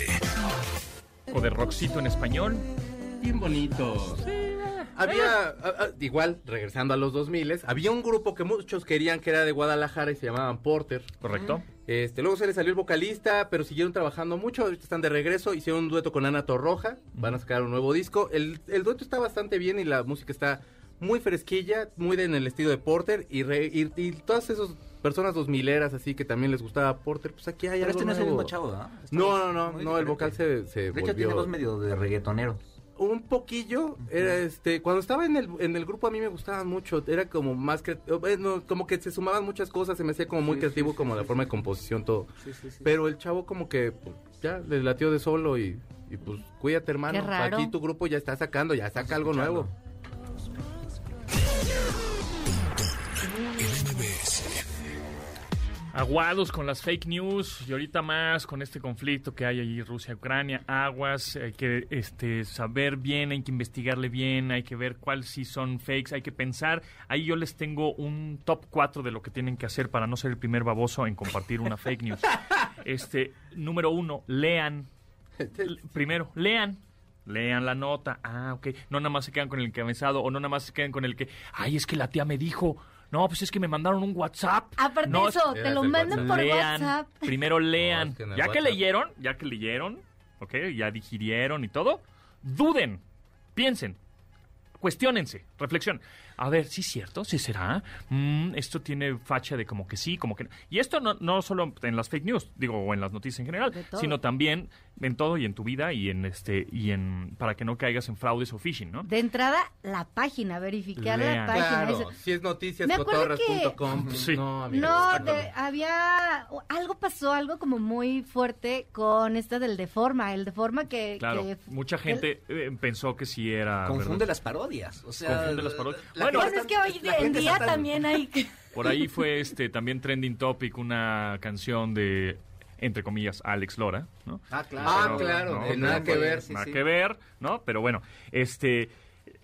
O de rockcito en español.
Bien bonito. Había, a- a- igual, regresando a los 2000, había un grupo que muchos querían que era de Guadalajara y se llamaban Porter.
¿Correcto?
Este, luego se le salió el vocalista, pero siguieron trabajando mucho. Ahorita están de regreso, hicieron un dueto con Ana Torroja, van a sacar un nuevo disco. El, el dueto está bastante bien y la música está muy fresquilla, muy de- en el estilo de Porter. Y, re- y- y todas esas personas dos mileras así que también les gustaba Porter, pues aquí hay
Pero
algo
este no es el
nuevo.
mismo chavo, ¿no? Está
No, no,
muy-
no,
muy
no, el
diferente.
vocal se, se
De
volvió
hecho, tiene voz medio de reggaetonero.
un poquillo era este cuando estaba en el, en el grupo a mí me gustaban mucho era como más que bueno, como que se sumaban muchas cosas se me hacía como muy creativo como la forma de composición todo pero el chavo como que pues, ya le latió de solo y, y, pues cuídate hermano
Qué raro.
aquí tu grupo ya está sacando ya saca algo nuevo
En MBS.
Aguados con las fake news y ahorita más con este conflicto que hay allí Rusia-Ucrania, aguas, hay que este, saber bien, hay que investigarle bien, hay que ver cuáles sí son fakes, hay que pensar. Ahí yo les tengo un top 4 de lo que tienen que hacer para no ser el primer baboso en compartir una fake news. Este, número uno, lean L- primero, lean. Lean la nota. Ah, ok. No nada más se quedan con el encabezado o no nada más se quedan con el que, ay, es que la tía me dijo. No, pues es que me mandaron un WhatsApp.
Aparte
no,
de eso, te lo
Espérate,
mandan por
lean.
WhatsApp.
Primero lean.
es que en el
ya que
WhatsApp.
leyeron, ya que leyeron, ok, ya digirieron y todo, duden, piensen, cuestiónense, reflexión. A ver, ¿sí es cierto? ¿Sí será? Mm, esto tiene facha de como que sí, como que no. Y esto no, no solo en las fake news, digo, o en las noticias en general,
De todo.
sino también en todo y en tu vida y en este y en para que no caigas en fraudes o phishing, ¿no?
De entrada, la página, verificar
Lean.
la página.
claro
Eso-
si es noticias
Me acuerdo que-
cotorras.com
Sí.
no amigo,
No,
sácalo.
de- había o- algo pasó, algo como muy fuerte con esta del deforma, el deforma que
Claro,
que-
mucha gente eh, pensó que sí era
Confunde
verdad.
las parodias. O sea,
Ah, Confunde las parodias. Bueno,
la
Pues
gente
Bueno, es que hoy
la
en
gente
día
está tan-
también hay que-
Por ahí fue este también trending topic una canción de entre comillas Alex Lora, ¿no?
Ah, claro.
Ah,
Pero,
claro,
no,
eh, nada
no,
que ver.
sí,
nada
sí.
que ver, ¿no? Pero bueno, este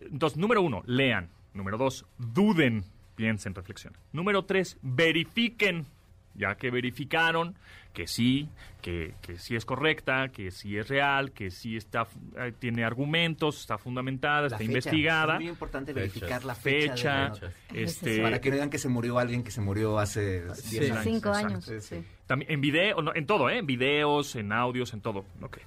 entonces número uno lean, número dos duden, piensen, reflexionen. Número tres verifiquen, ya que verificaron que sí, que, que sí es correcta, que sí es real, que sí está eh, tiene argumentos, está fundamentada,
La
está
fecha.
investigada,
Es muy importante
Fechas.
verificar la fecha.
fecha,
de la noche.
este
Para que no digan que se murió alguien que se murió hace 10
Sí.
años.
cinco
exacto,
años.
sí, sí.
sí.
También en video, no, en todo, ¿eh? En videos, en audios, en todo. Ok.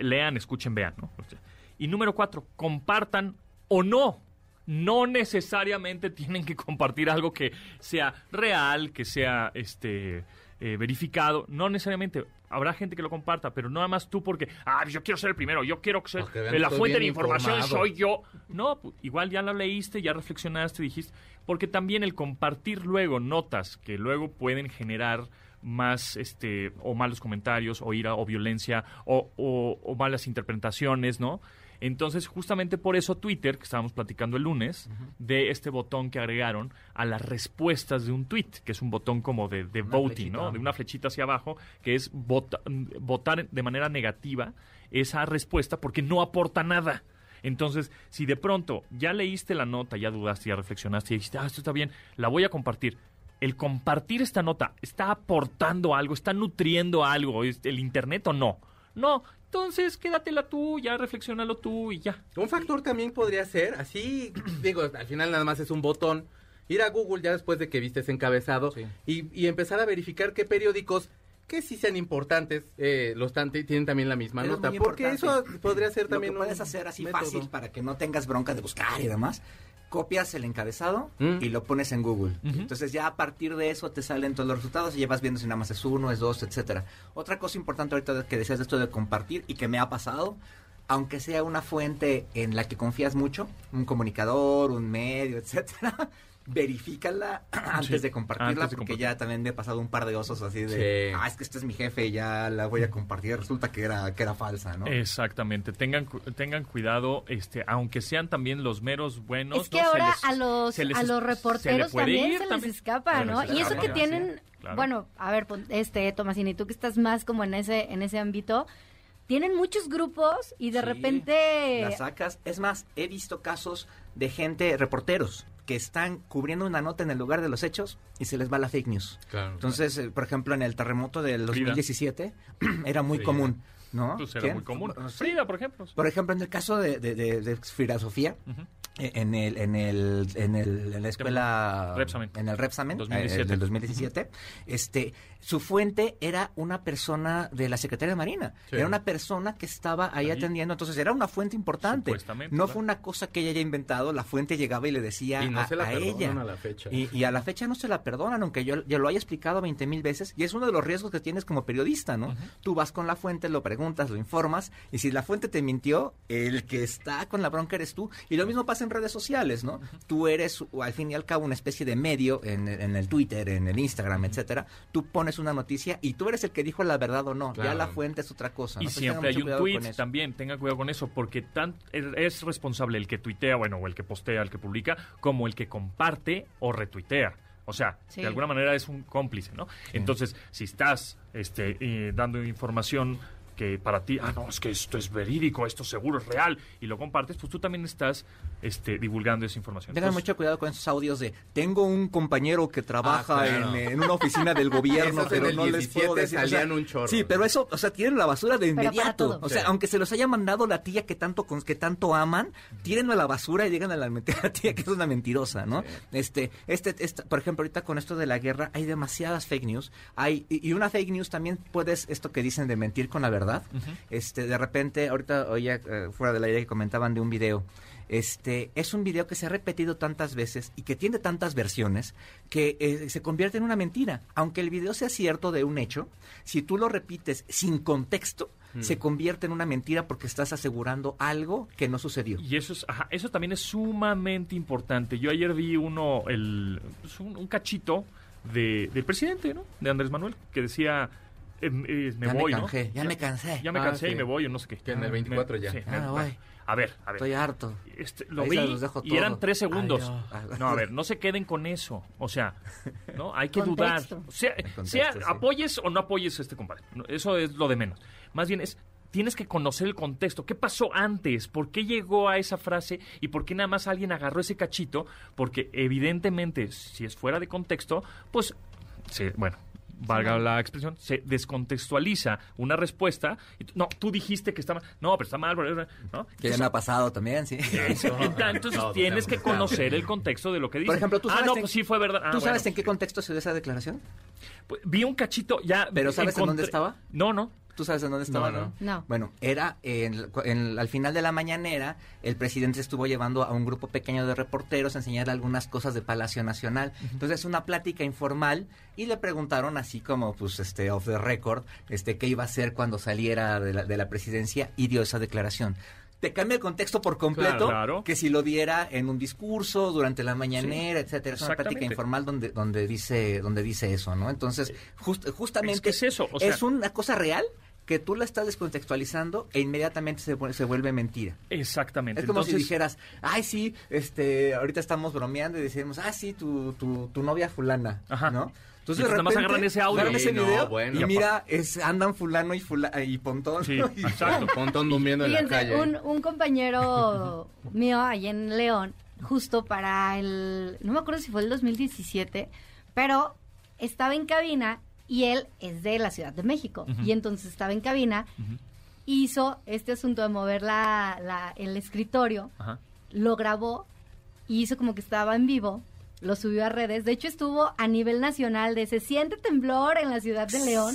Lean, escuchen, vean, ¿no? O sea, Y número cuatro, compartan o no. No necesariamente tienen que compartir algo que sea real, que sea este eh, verificado. No necesariamente. Habrá gente que lo comparta, pero no nada más tú porque, ah, yo quiero ser el primero, yo quiero que sea
Porque vean que
la
estoy
fuente de
bien
información
informado.
soy yo. No, pu- igual ya lo leíste, ya reflexionaste, dijiste. Porque también el compartir luego notas que luego pueden generar más este o malos comentarios o ira o violencia o, o- o malas interpretaciones, ¿no? Entonces, justamente por eso Twitter, que estábamos platicando el lunes, de este botón que agregaron a las respuestas de un tweet, que es un botón como de, de voting, ¿no?
flechita.
De una flechita hacia abajo, que es vota- votar de manera negativa esa respuesta porque no aporta nada. Entonces, si de pronto ya leíste la nota, ya dudaste, ya reflexionaste y dijiste, ah, esto está bien, la voy a compartir. El compartir esta nota está aportando algo, está nutriendo algo, ¿es el Internet o no. No, entonces quédatela tú, ya reflexionalo tú y ya.
Un factor también podría ser, así, digo, al final nada más es un botón, ir a Google ya después de que viste ese encabezado
Sí.
y, y empezar a verificar qué periódicos que sí sean importantes, eh, los tan- tienen también la misma
Pero es
nota.
muy
Porque eso
importante.
podría ser
Lo
también
que
un
puedes hacer así
método.
fácil para que no tengas bronca de buscar y demás. Copias el encabezado
Mm.
y lo pones en Google. Entonces ya a partir de eso te salen todos los resultados y ya vas viendo si nada más es uno, es dos, etcétera. Otra cosa importante ahorita que decías de esto de compartir y que me ha pasado, aunque sea una fuente en la que confías mucho, un comunicador, un medio, etcétera, verifícala antes de compartirla,
antes de
porque
compartir.
ya también me he pasado un par de osos así de,
Sí.
ah, es que este es mi jefe, ya la voy a compartir, resulta que era, que era falsa, ¿no?
Exactamente, tengan, cu- tengan cuidado, este, aunque sean también los meros buenos.
Es que
¿no? Se
ahora
les-
a los
se les
a
es-
los
se le
reporteros
puede
también
ir
se les
también.
escapa,
Se les
¿no? y eso
escapa,
que
sí,
tienen,
claro.
bueno, a ver, pon- este Tomasini, tú que estás más como en ese en ese ámbito, tienen muchos grupos y de
Sí,
repente
La sacas. Es más, he visto casos de gente, reporteros, que están cubriendo una nota en el lugar de los hechos y se les va la fake news.
Claro.
Entonces, eh, por ejemplo, en el terremoto del
Frida.
2017 era muy
Frida.
común, ¿no?
Pues era
¿Quién? Ah,
muy común.
Sí.
Frida, por ejemplo.
Por ejemplo, en el caso de, de, de- de Frida Sofía,
Ujú.
eh, en el, en el, en el, en la escuela
Repsamen.
en el Repsamen, eh,
2017.
del 2017, este, su fuente era una persona de la Secretaría de Marina,
Sí.
era una persona que estaba ahí,
Ahí.
atendiendo, entonces era una fuente importante.
Supuestamente,
No
claro.
fue una cosa que ella haya inventado, la fuente llegaba y le decía
Y no
a,
se la
a
perdonan
ella.
a la fecha.
Y, y a la fecha no se la perdonan, aunque yo, yo lo haya explicado 20 mil veces, y es uno de los riesgos que tienes como periodista, ¿no? Tú vas con la fuente, lo preguntas, lo informas, y si la fuente te mintió, el que está con la bronca eres tú. Y lo mismo pasa en redes sociales, ¿no? Tú eres, o al fin y al cabo, una especie de medio en, en el Twitter, en el Instagram, etcétera. Tú pones una noticia y tú eres el que dijo la verdad o no. Ya
Claro.
la fuente es otra cosa. ¿no?
Y
Entonces,
siempre hay
tengan mucho
un
cuidado con
tweet
eso.
también, tenga cuidado con eso, porque tan, es responsable el que tuitea, bueno, o el que postea, el que publica, como el que comparte o retuitea. O sea,
Sí.
de alguna manera es un cómplice, ¿no? Entonces, si estás este, eh, dando información que para ti, ah, no, es que esto es verídico, esto seguro es real, y lo compartes, pues tú también estás este, divulgando esa información.
Tengan
Entonces,
mucho cuidado con esos audios de tengo un compañero que trabaja
Ah, claro.
en, eh, en una oficina del gobierno,
Esos en
pero
el
no les
17
puedo decir. o sea,
salían un chorro.
Sí, pero eso, o sea, tienen la basura de
Pero para
inmediato.
todo.
O sea,
Sí.
aunque se los haya mandado la tía que tanto con que tanto aman, tírenlo a la basura y digan a la, ment- a la tía que es una mentirosa, ¿no? Este, este, esta- por ejemplo, ahorita con esto de la guerra hay demasiadas fake news. Hay y y una fake news también puedes esto que dicen de mentir con la verdad. Este, de repente ahorita oía eh, fuera del aire que comentaban de un video este es un video que se ha repetido tantas veces y que tiene tantas versiones que eh, se convierte en una mentira. Aunque el video sea cierto de un hecho, si tú lo repites sin contexto, se convierte en una mentira porque estás asegurando algo que no sucedió.
Y eso, es, ajá, eso también es sumamente importante. Yo ayer vi uno, el, pues, un, un cachito de, del presidente, ¿no? De Andrés Manuel, que decía, em, eh, me
ya
voy,
me
¿no?
canjé, ya,
Ya-
me cansé,
Ya me
Ah,
cansé
sí.
y me voy, o no sé qué.
Que en el 24 ya.
me-
Ah, voy.
A ver, a ver.
estoy harto.
Este, lo
Ahí
vi
se los dejo
y
todo.
eran tres segundos.
Ay, no.
no, a ver, no se queden con eso. O sea, no hay que
Contexto.
dudar. O sea,
contexto,
sea
sí.
apoyes o no apoyes a este compadre. No, Eso es lo de menos. Más bien es tienes que conocer el contexto. ¿Qué pasó antes? ¿Por qué llegó a esa frase? ¿Y por qué nada más alguien agarró ese cachito? Porque evidentemente, si es fuera de contexto, pues, se- bueno, valga la expresión, se descontextualiza una respuesta. Y tú- No, tú dijiste que está mal. No, pero está mal, bla, bla, bla, ¿no?
Que ya me ha pasado también, sí.
Enta- Entonces
No,
tienes que
no, no, no.
conocer el contexto de lo que dice.
Por ejemplo, tú sabes
Ah, no,
en-
pues sí fue verdad. Ah,
¿Tú sabes
bueno,
en qué contexto se dio esa declaración?
pues, vi un cachito ya.
¿Pero sabes en dónde estaba?
No, no.
¿Tú sabes en dónde estaba?
No, no.
No.
Bueno, era en, el- en- al final de la mañanera, el presidente estuvo llevando a un grupo pequeño de reporteros a enseñar algunas cosas de Palacio Nacional. Entonces, una plática informal y le preguntaron así como, pues, este, off the record, este, qué iba a hacer cuando saliera de la, de la presidencia y dio esa declaración. Te cambia el contexto por completo
Claro.
que si lo diera en un discurso, durante la mañanera, etcétera. Es una plática
exactamente. Eh,
informal donde, donde dice, donde dice eso, ¿no? Entonces, just- justamente
Es que es eso, o sea-
es una cosa real que tú la estás descontextualizando e inmediatamente se, vu- se vuelve mentira.
Exactamente.
Es como si
Entonces,
dijeras, ay, sí, este, ahorita estamos bromeando y decimos, ah, sí, tu, tu, tu novia fulana,
Ajá.
¿no?
Entonces, nada más agarran ese audio.
agarran ese
Sí, no,
video
bueno.
y mira, es, andan fulano y, fula, y pontón.
Sí,
¿no? Y-
exacto.
Pontón durmiendo en la
Fíjense,
calle.
un, un compañero mío ahí en León, justo para el, no me acuerdo si fue el 2017, pero estaba en cabina y él es de la Ciudad de México. Y entonces estaba en cabina, hizo este asunto de mover la, la- el escritorio,
Ajá.
lo grabó y hizo como que estaba en vivo. Lo subió a redes. De hecho, estuvo a nivel nacional de se siente temblor en la ciudad de León.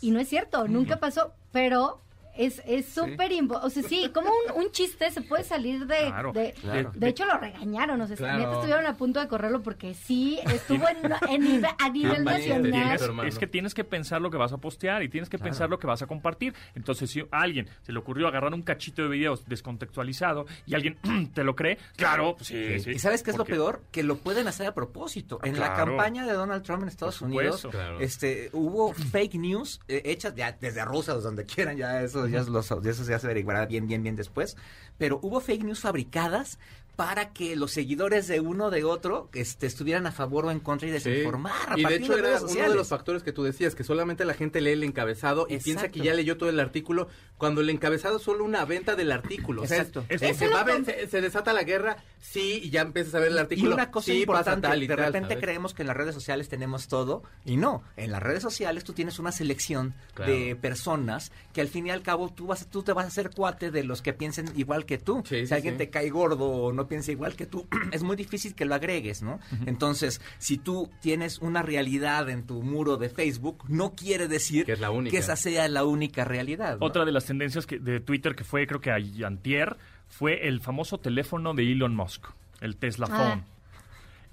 Y no es cierto, nunca pasó, pero Es es súper impo- O sea, sí, como un, un chiste se puede salir de.
Claro,
de,
claro.
de hecho, lo regañaron. O sea,
Claro.
neta estuvieron a punto de correrlo porque sí estuvo en, en nive- a
valiente,
nivel nacional.
tienes-
Tienes-
hermano.
es que tienes que pensar lo que vas a postear y tienes que pensar lo que vas a compartir. Entonces, si a alguien se le ocurrió agarrar un cachito de videos descontextualizado y alguien te lo cree, claro, sí, sí.
¿Y sabes qué es
Porque- Ah,
lo peor? Que lo pueden hacer a propósito. En la
claro.
campaña de Donald Trump en Estados Unidos,
supuesto.
Claro.
este, hubo fake news eh, hechas ya desde Rusia, desde donde quieran, ya eso, ya, los, ya eso ya se averiguará bien, bien, bien después. Pero hubo fake news fabricadas para que los seguidores de uno de otro este, estuvieran a favor o en contra y
Sí.
desinformar. a
Y de
partir
hecho
redes
era uno de
sociales.
los factores que tú decías, que solamente la gente lee el encabezado y piensa
Exacto.
que ya leyó todo el artículo, cuando el encabezado es solo una venta del artículo. O sea, es-
Exacto.
es-
Eso
se,
lo
va a
con-
ven- se- se desata la guerra, sí, y ya empiezas a ver el
Y
artículo.
una cosa
sí, pasa
importante,
tal y
de
tal,
repente
¿sabes?
creemos que en las redes sociales tenemos todo y no, en las redes sociales tú tienes una selección
Claro.
de personas que al fin y al cabo tú vas tú te vas a hacer cuate de los que piensen igual que tú.
Sí,
si
sí,
alguien
sí.
te cae gordo o no piensa igual que tú, es muy difícil que lo agregues, ¿no? Entonces, si tú tienes una realidad en tu muro de Facebook, no quiere decir
Que es la única.
esa sea la única realidad. ¿no?
Otra de las tendencias que, de Twitter que fue, creo que ay- antier, fue el famoso teléfono de Elon Musk, el Tesla
Ah.
Phone.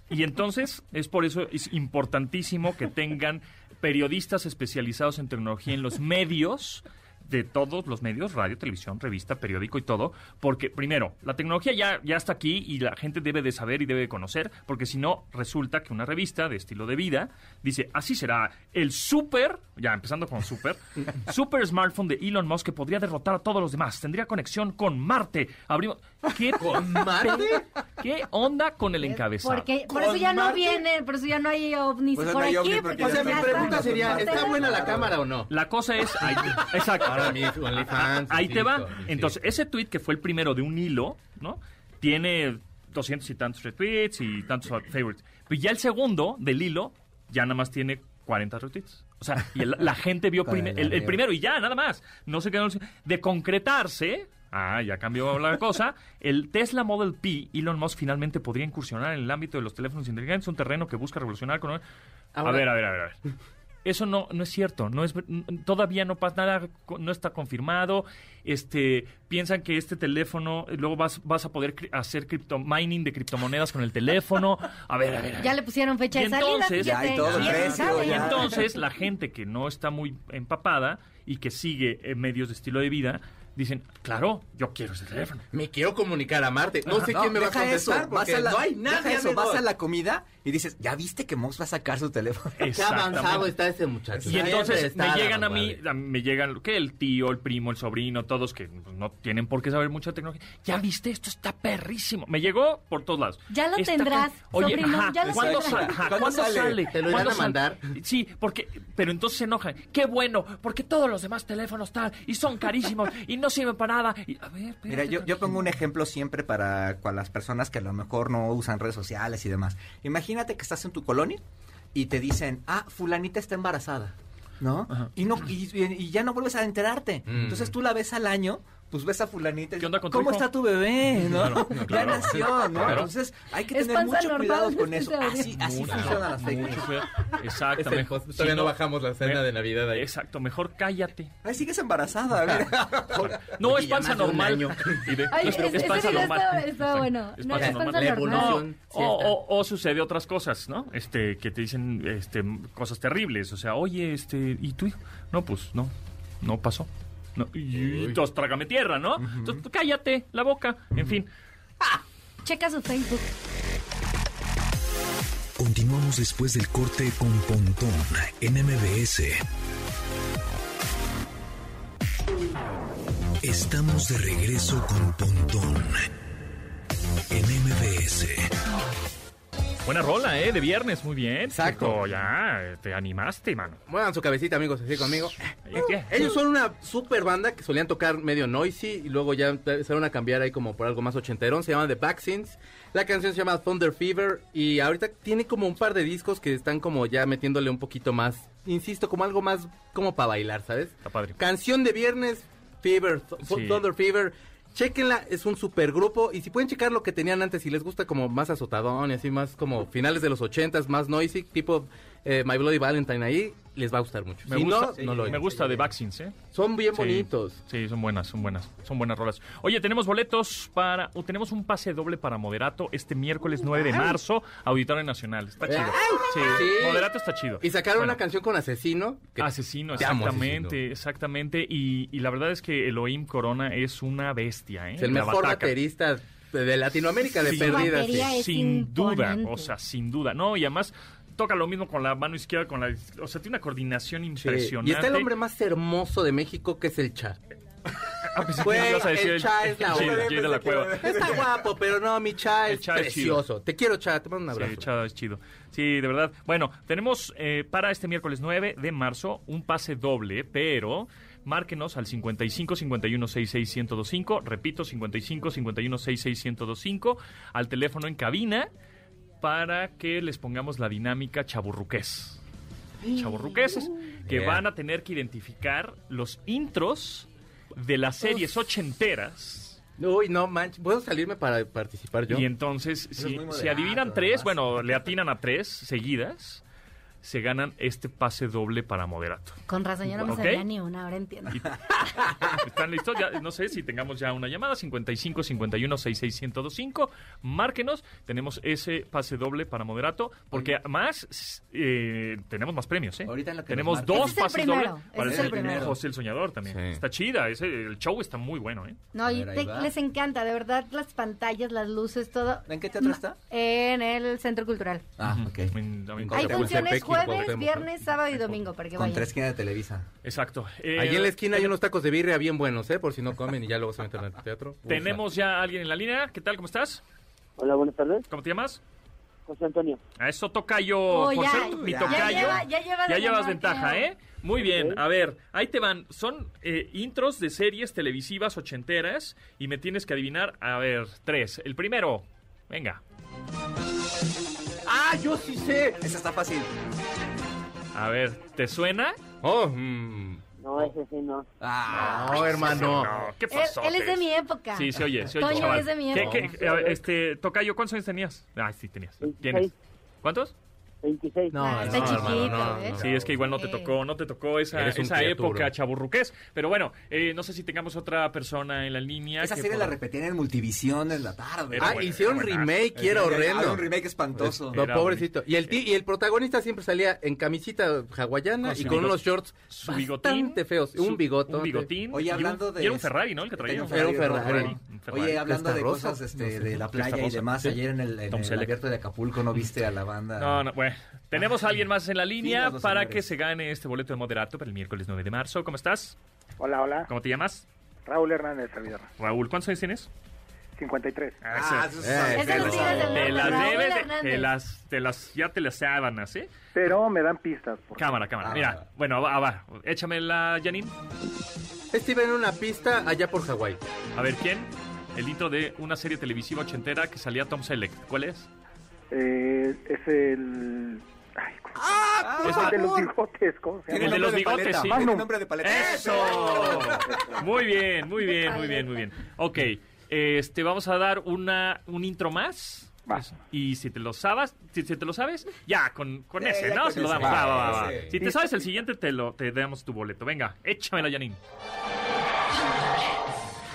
Y entonces es por eso es importantísimo que tengan periodistas especializados en tecnología en los medios de todos los medios, radio, televisión, revista, periódico y todo, porque primero, la tecnología ya, ya está aquí y la gente debe de saber y debe de conocer, porque si no, resulta que una revista de estilo de vida dice, así será el super, ya empezando con super, super smartphone de Elon Musk que podría derrotar a todos los demás, tendría conexión con Marte, abrimos... ¿Qué,
¿Con Marte?
¿Qué onda con el encabezado?
Porque por eso ya no
Marte?
vienen, por eso ya no hay ovnis
Pues no
por
hay
aquí.
ovnis porque
porque
O sea,
ya
ya
mi
está.
pregunta sería,
Ustedes-
¿está buena la cámara o no?
La cosa es. Ahí, exacto.
Ahora mi OnlyFans,
Ahí te va.
insisto, insisto.
Entonces, ese tweet que fue el primero de un hilo, ¿no? Tiene 200 y tantos retweets y tantos favorites. Pero ya el segundo del hilo, ya nada más tiene 40 retweets. O sea, y el- la gente vio prime- el, el primero y ya, nada más. No sé qué. De concretarse. Ah, ya cambió la cosa. El Tesla Model P, Elon Musk finalmente podría incursionar en el ámbito de los teléfonos inteligentes, un terreno que busca revolucionar con.
Ahora-
a ver, a ver, a ver, a ver. Eso no, no es cierto, no es ver- n- todavía no pasa nada, co- no está confirmado. Este, piensan que este teléfono eh, luego vas, vas a poder cri- hacer cripto mining de criptomonedas con el teléfono. A ver, a ver. a ver.
Ya le pusieron fecha
Y
de salida.
entonces-
Ya hay
fíjate,
todo
¿quién
precio,
sabe?
Y
ya.
entonces la gente que no está muy empapada y que sigue eh, medios de estilo de vida dicen, claro, yo quiero ese teléfono.
Me quiero comunicar a Marte. No sé
No,
quién me va a
deja
contestar
eso,
porque
vas a la-
no hay nadie,
deja eso,
amigo.
vas a la comida y dices, ¿ya viste que Mox va a sacar su teléfono?
Qué avanzado está ese muchacho.
Y entonces me
Está la
llegan a mí,
madre.
a mí me llegan, ¿qué? El tío, el primo, el sobrino, todos que pues, no tienen por qué saber mucha tecnología. Ya viste, esto está perrísimo. Me llegó por todos lados.
Ya lo
Está
tendrás,
ca- Oye,
sobrino,
ajá,
ya lo
¿cuándo
tendrás.
sa- ajá,
¿Cuándo
¿cuándo
sale?
sale?
¿Te lo irán
¿Cuándo
a
sale?
mandar?
Sí, porque, pero entonces se enojan. Qué bueno, porque todos los demás teléfonos tal, y son carísimos, y no sirven para nada. Y, a ver, espérate,
Mira, yo, yo
tranquilo.
pongo un ejemplo siempre para, cua- las personas que a lo mejor no usan redes sociales y demás. Imagínate que estás en tu colonia y te dicen, ah, fulanita está embarazada, ¿no? Y, no y, y ya no vuelves a enterarte.
Mm.
Entonces tú la ves al año, pues ves a fulanita y
¿Qué onda con tu
¿cómo
hijo?
está tu bebé? ¿no?
Claro, no,
Ya
claro.
nació, ¿no?
Claro.
Entonces hay que
Es
tener
panza
mucho
normal,
cuidado con
es
eso.
teoría.
Así, así
Mucho,
funcionan las fake
mucho
news.
cuidado.
Es
Exacto.
el
mejor- si
post- Todavía Este, no bajamos la cena
me-
de Navidad ahí.
Exacto, mejor cállate.
Ahí sigues embarazada, mira.
No,
Oye,
es
ya
panza
más de un
normal.
año.
Y de-
Ay,
yo creo
es-
que es
ese
panza
video
normal.
estaba- estaba
Exacto,
bueno.
es
No,
panza
es
normal.
panza
La
normal.
evolución.
O,
Sí está.
o, o- o sucede otras cosas, ¿no? Este, que te dicen este, cosas terribles. O sea, oye, este, ¿y tú? No, pues no, no pasó. No, y
Uy.
entonces trágame tierra, ¿no? Entonces tú cállate la boca. En fin,
Ah, Checa su Facebook.
Continuamos después del corte con Pontón en MBS. Estamos de regreso con Pontón en MBS.
buena rola, ¿eh? De viernes, muy bien.
Exacto.
Chico, ya, eh, te animaste, mano.
Muevan su cabecita, amigos, así conmigo.
¿Y qué?
Ellos son una super banda que solían tocar medio noisy y luego ya empezaron a cambiar ahí como por algo más ochenterón. Se llaman The Vaccines. La canción se llama Thunder Fever y ahorita tiene como un par de discos que están como ya metiéndole un poquito más, insisto, como algo más como para bailar, ¿sabes?
Está padre.
Canción de viernes, Fever, Th-
Sí.
Thunder Fever. Chequenla, es un supergrupo y si pueden checar lo que tenían antes, si les gusta como más azotadón y así más como finales de los ochentas, más noisy, tipo eh, My Bloody Valentine ahí, les va a gustar mucho.
Me
si
gusta,
no, no lo
me
oigan.
gusta de Vaccines, ¿eh?
Son bien
Sí.
bonitos.
Sí, son buenas, son buenas, son buenas rolas. Oye, tenemos boletos para, o tenemos un pase doble para Moderato este miércoles 9 de marzo, Auditorio Nacional. Está chido. Sí,
Sí.
Moderato está chido.
Y sacaron
Bueno.
una canción con Asesino. que-
Asesino,
Te amo,
exactamente, exactamente. Y, y la verdad es que Elohim Corona es una bestia, ¿eh?
Es el
La
mejor
bataca.
baterista de de Latinoamérica de
Sí.
perdida. sí.
Batería es
Sin duda,
imponente.
o sea, sin duda. No, y además toca lo mismo con la mano izquierda, con la... O sea, tiene una coordinación
Sí.
impresionante.
Y está el hombre más hermoso de México, que es el Cha.
Ah, pensé que
Güey,
ibas a decir
el Cha es la
Jay-
hora.
Jay de la cueva.
Está guapo, pero no, mi Cha
El
es
Cha es chido.
precioso. Te quiero, Cha. Te mando un abrazo.
Sí, Chava es chido. Sí, de verdad. Bueno, tenemos eh, para este miércoles 9 de marzo un pase doble, pero márquenos al 55 51 66 1025. Repito, 55 51 66 1025. Al teléfono en cabina para que les pongamos la dinámica chaburruqués. Chaburruqueses que
Yeah.
van a tener que identificar los intros de las series ochenteras.
Uy, no manches. ¿Puedo salirme para participar yo?
Y entonces, si,
muy
si
moderado,
adivinan tres,
además.
bueno, le atinan a tres seguidas, se ganan este pase doble para moderato.
Con razón, yo no me
Ok.
sabía ni una, ahora entiendo.
¿Están listos? Ya, no sé si tengamos ya una llamada, 55 51 66 1025. Márquenos, tenemos ese pase doble para moderato, porque más eh, tenemos más premios, ¿eh?
Ahorita en lo que
tenemos
nos marquen.
dos
Ese es el
pases doble
primero, ese
para
es el primero.
José el Soñador también.
Sí.
Está chida, ese, el show está muy bueno, ¿eh?
No, y
ver, ahí
te-
va.
les encanta, de verdad, las pantallas, las luces, todo.
¿En qué teatro está?
En el Centro Cultural.
Ah, ok.
En- en-
Hay
Cuauhtémoc,
funciones
Tepequi,
jueves,
Cuauhtémoc,
viernes, sábado y
Tepequi.
domingo, para que
Con
vayan.
tres esquinas de Televisa.
Exacto. Eh,
Ahí en la esquina hay unos tacos de birria bien buenos, ¿eh? Por si no comen y ya luego se meten al teatro. Ufa.
Tenemos ya a alguien en la línea. ¿Qué tal? ¿Cómo estás?
Hola, buenas tardes.
¿Cómo te llamas?
José Antonio.
A eso tocayo.
Oh,
por
ya,
ser mi
ya.
tocayo.
Ya lleva- ya lleva la
llevas
menor,
ventaja,
creo.
¿eh? Muy bien. A ver, ahí te van. Son eh, intros de series televisivas ochenteras y me tienes que adivinar. A ver, tres. El primero. Venga.
¡Ah, yo sí sé!
Esa está fácil.
A ver, ¿te suena?
Oh, mm.
No, ese sí no.
Ah,
no, hermano.
No, ¿Qué
Él,
pasó?
él es de mi época.
Sí, se oye, se oye.
Toño
chaval.
es de mi
¿Qué-
época.
qué- a ver, este, Tocayo, ¿cuántos años tenías? Ah, sí, tenías. ¿Tienes?
Veintiséis.
¿Cuántos?
26.
No,
Ah, está
no,
chiquito,
hermano, no,
¿eh?
no.
Sí, es que igual no te
Sí.
tocó, no te tocó esa,
Eres un
esa
criaturo.
época chaburruqués. Pero bueno, eh, no sé si tengamos otra persona en la línea.
esa
que
serie
por-
la repetían en multivisión en la tarde.
Era
Ah,
buena,
hicieron
era buena.
remake, y
Era
era
Pues, eh,
horrendo.
un remake espantoso.
No,
Era
pobrecito. Y el, ti- y el protagonista siempre salía en camisita hawaiana
Con
y
su
con
bigote.
unos shorts
su bigotín.
bastante feos.
su-
Un bigote.
Un bigotín.
Oye,
y un-
hablando de- este,
Y era un Ferrari, ¿no? El que traía.
Tenía
un Ferrari,
rojo.
Ferrari,
un Ferrari.
Oye, hablando de
Rosa,
cosas este,
no sé,
de la
Fiesta
playa y
Rosa.
demás,
Sí.
ayer en el, en
Tom
el
Selleck.
abierto de Acapulco no viste a la banda.
No, no, bueno. Tenemos a alguien más en la línea
Finos los
para
señores.
que se gane este boleto de moderato para el miércoles 9 de marzo. ¿Cómo estás?
Hola, hola.
¿Cómo te llamas?
Raúl Hernández, servidor.
Raúl, ¿cuántos años tienes?
53.
Ah, eso
Eh,
Es de los
Te
Tigres del
Te
Norte,
las
Raúl
debes, de-
Hernández.
te las, te las, ya te las sábanas, ¿eh?
Pero me dan pistas. Por...
Cámara, cámara.
Ah,
Mira, bueno, va, va. Échame la, Janine.
Steve Este en una pista allá por Hawái.
A ver, ¿quién? El intro de una serie televisiva ochentera que salía Tom Selleck. ¿Cuál es?
Eh, es el... Ay, ¿cómo se llama?
por
el de los bigotes, ¿cómo se
Tiene
El
llama?
de los
Ah, nombre de
bigotes,
paleta.
sí.
Tiene nombre de paleta.
¡Eso! Muy bien, muy bien, muy bien, muy bien. Ok, este, vamos a dar una, un intro más.
Va.
Y si te lo sabes, si, si te lo sabes, ya, con, con
Sí,
ese,
ya
¿no?
con
Se lo
ese.
damos. Va, va, va, va.
Sí.
Si te sabes el siguiente, te lo te damos tu boleto. Venga, échamelo, Janine.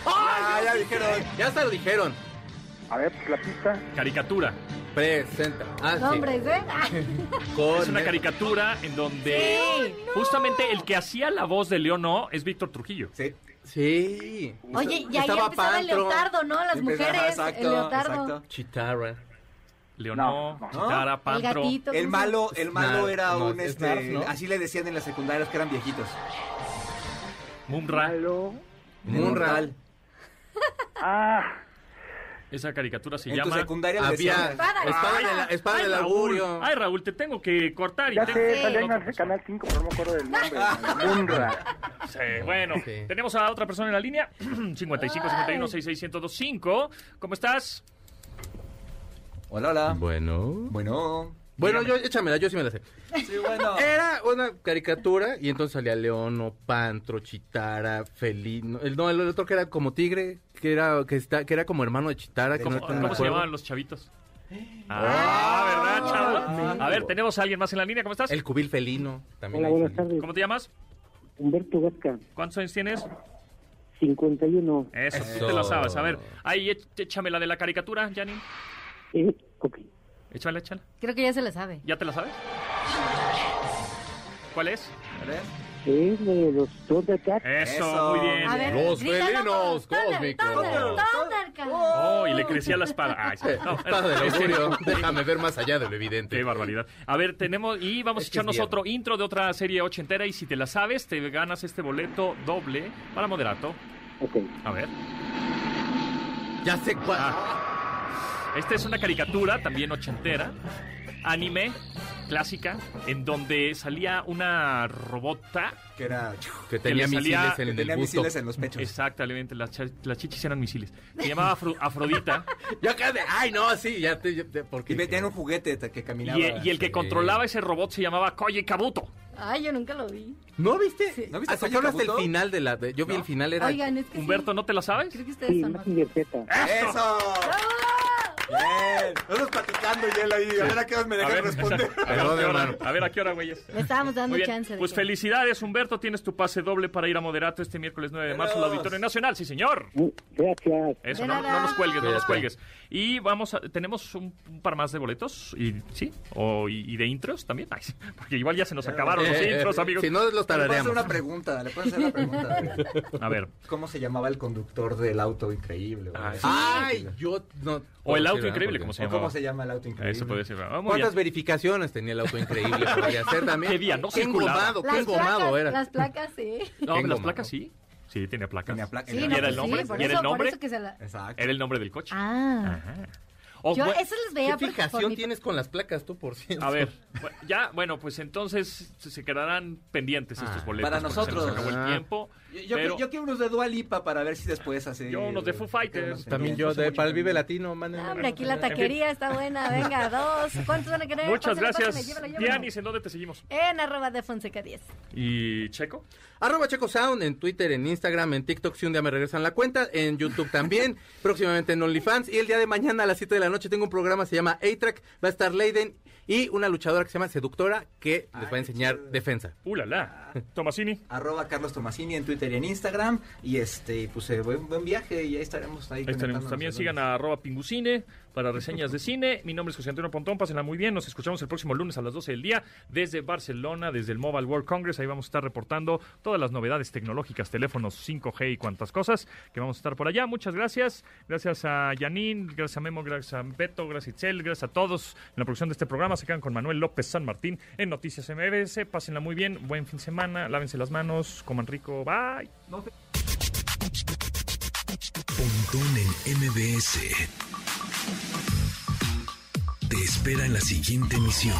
Ah, ya dijeron. Ya hasta lo dijeron.
A ver, pues, la pista.
Caricatura.
Presenta. Ah, sí.
Nombres, ¿eh?
Con-
Es una caricatura en donde justamente el que hacía la voz de León no es Víctor Trujillo.
Sí.
Sí.
Oye, y ahí
Estaba
empezaba el
Pantro.
leotardo, ¿no? Las
Ajá,
mujeres,
exacto,
el leotardo,
exacto.
Chitarra.
Leonó,
No, ¿Ah? no.
Chitara,
el
Pantro.
gatito.
El malo,
pues,
el malo
Snarf,
era
no,
un este,
Snarf, ¿no?
así le decían en las secundarias que eran viejitos.
Mumra.
Aló.
Munral.
Ah,
Esa caricatura se
en tu
llama.
secundaria le
Había
decían.
Espada.
espada,
Ay,
del- espada
Ay,
del
Raúl.
augurio.
Ay, Raúl, te tengo que cortar. Y
ya
te-
sé, salía
Otra
en el
persona.
Canal 5, pero no me acuerdo del nombre. Munra.
Sí, bueno,
Sí.
tenemos a otra persona en la línea. 55 51 661025. ¿Cómo estás?
Hola, hola.
Bueno.
Bueno.
Bueno, yo échamela, yo Eh. sí me la sé.
Sí, bueno.
Era una caricatura y entonces salía Leono, Pantro, Chitara, Felino. El, no, el otro que era como tigre, que era que está que era como hermano de Chitara. que
¿Cómo,
no- no
cómo
me
se
acuerdo.
llamaban los chavitos? Ah, ¿verdad, chavo? A ver, tenemos a alguien más en la línea. ¿Cómo estás?
El cubil felino. También
Hola,
hay
buenas
felino.
tardes.
¿Cómo te llamas?
Humberto Gasca,
¿Cuántos años tienes?
51.
Eso, sí
Eso.
te lo sabes. A ver, ahí éch- échame la de la caricatura, Janine.
Eh, ok.
Échala, échala.
Creo que ya se la sabe.
¿Ya te la sabes? ¿Cuál es?
Es de los Thundercats.
Eso,
Eso.
muy bien.
A ver,
Los
grítalo
felinos
todo. Thunder,
cósmicos.
Thunder, Thundercats.
Oh, y le crecía la espada. Ay, sí. No,
Espada del
este-
augurio. Déjame ver más allá de lo
Qué
evidente.
barbaridad. A ver, tenemos y vamos a
Es que es
echarnos
viernes.
otro intro de otra serie ochentera y si te la sabes te ganas este boleto doble para moderato.
Ok.
A ver.
Ya sé cuál.
Ah. Esta es una caricatura también ochentera, anime clásica en donde salía una robota
Que era.
que tenía
le salía-
misiles
que
en
tenía
el busto.
misiles en los pechos.
Exactamente, las, cha- las chichis eran misiles. Se llamaba Afro- Afrodita
Yo acá de, ay, no, sí, ya te. ya te- porque,
Y metían un juguete que caminaba.
y, y el que
Sí.
controlaba ese robot se llamaba Koji Kabuto.
Ay, yo nunca lo vi.
¿No viste?
¿No viste
Hasta
Coyote
que hablaste el
Kabuto?
final de la. de- yo vi el final, era.
Oigan, es que sí.
Humberto, ¿no te la sabes?
Creo que ustedes
Sí,
son más.
Mazinger Z.
¡Eso! Bien. Nosotros platicando y él ahí. A ver a qué hora me dejan responder.
exacto. a ver, a qué hora- a ver a qué hora, güeyes.
Le estábamos dando
Muy bien,
chance de
Pues
que-
felicidades, Humberto. Tienes tu pase doble para ir a Moderato este miércoles 9 de marzo al
Veros.
Auditorio Nacional. Sí, señor.
Muy- Gracias.
Eso,
De
no,
nada.
no nos cuelgues, no nos cuelgues.
Cuídate.
Y vamos a, tenemos un, un par más de boletos, y, ¿sí? O, y, y de intros también. Ay, sí, porque igual ya se nos acabaron los
Eh, eh,
intros, amigos.
Si no, los
Le puedo hacer
tarareamos.
una pregunta, le puedo hacer una pregunta.
A ver,
¿Cómo se llamaba el conductor del auto increíble? o-
Ah, sí.
Ay, yo no.
o el
no sé,
auto
¿verdad?
increíble,
Porque-
como se
¿O
llamaba.
cómo se llama el auto increíble?
Eso puede ser. Ah, muy
¿Cuántas
bien.
verificaciones tenía el auto increíble? Podría ser también.
Qué día, no
Qué
circulaba.
engomado, qué
Las
engomado
placas,
era.
Las placas, sí.
No,
Tengo
las
mano.
placas sí. Sí, tenía placas.
Tenía placas.
Sí,
¿Y
no,
era el
pues
nombre?
Sí, por
¿Y era
eso,
el nombre?
Por eso que se la...
Exacto.
Era el nombre del coche. Oh,
Ah.
O
Yo
bu-
esas les veía
¿Qué
por- por
fijación
mi-
tienes con las placas tú, por cierto?
A ver, bueno, ya, bueno, pues entonces se- se quedarán pendientes estos boletos.
Ah, para
porque se nos
nosotros.
acabó el
Ah.
tiempo.
Yo, yo-
pero
yo quiero unos de Dua Lipa para ver si después así.
Yo unos de Foo Fighters.
También yo, de, para el Vive Latino, mándenme.
pues No, hombre, aquí la taquería está buena. Venga, dos. ¿Cuántos van a querer?
muchas
Pásenle,
gracias.
pásenle, llévalo, llévalo.
Dianis, ¿en dónde te seguimos?
En arroba de Fonseca 10.
¿Y Checo?
Arroba Checo Sound en Twitter, en Instagram, en TikTok, si un día me regresan la cuenta, en YouTube también, próximamente en OnlyFans. Y el día de mañana a las 7 de la noche tengo un programa, se llama A-Track, va a estar Leiden y una luchadora que se llama Seductora que les va a enseñar defensa.
¡Uh, la, la! Tomasini.
Arroba Carlos Tomasini en Twitter y en Instagram. Y este, pues eh, buen, buen viaje y ahí estaremos ahí.
Ahí estaremos.
conectándonos.
También sigan a arroba pingucine para reseñas de cine. Mi nombre es José Antonio Pontón, pásenla muy bien. Nos escuchamos el próximo lunes a las 12 del día desde Barcelona, desde el Mobile World Congress. Ahí vamos a estar reportando todas las novedades tecnológicas, teléfonos 5G y cuantas cosas que vamos a estar por allá. Muchas gracias. Gracias a Yanin, gracias a Memo, gracias a Beto, gracias a Itzel, gracias a todos en la producción de este programa. Se quedan con Manuel López San Martín en Noticias MBS. Pásenla muy bien. Buen fin de semana. Lávense las manos. Coman rico. Bye.
Pontón en MBS. Te espera en la siguiente emisión.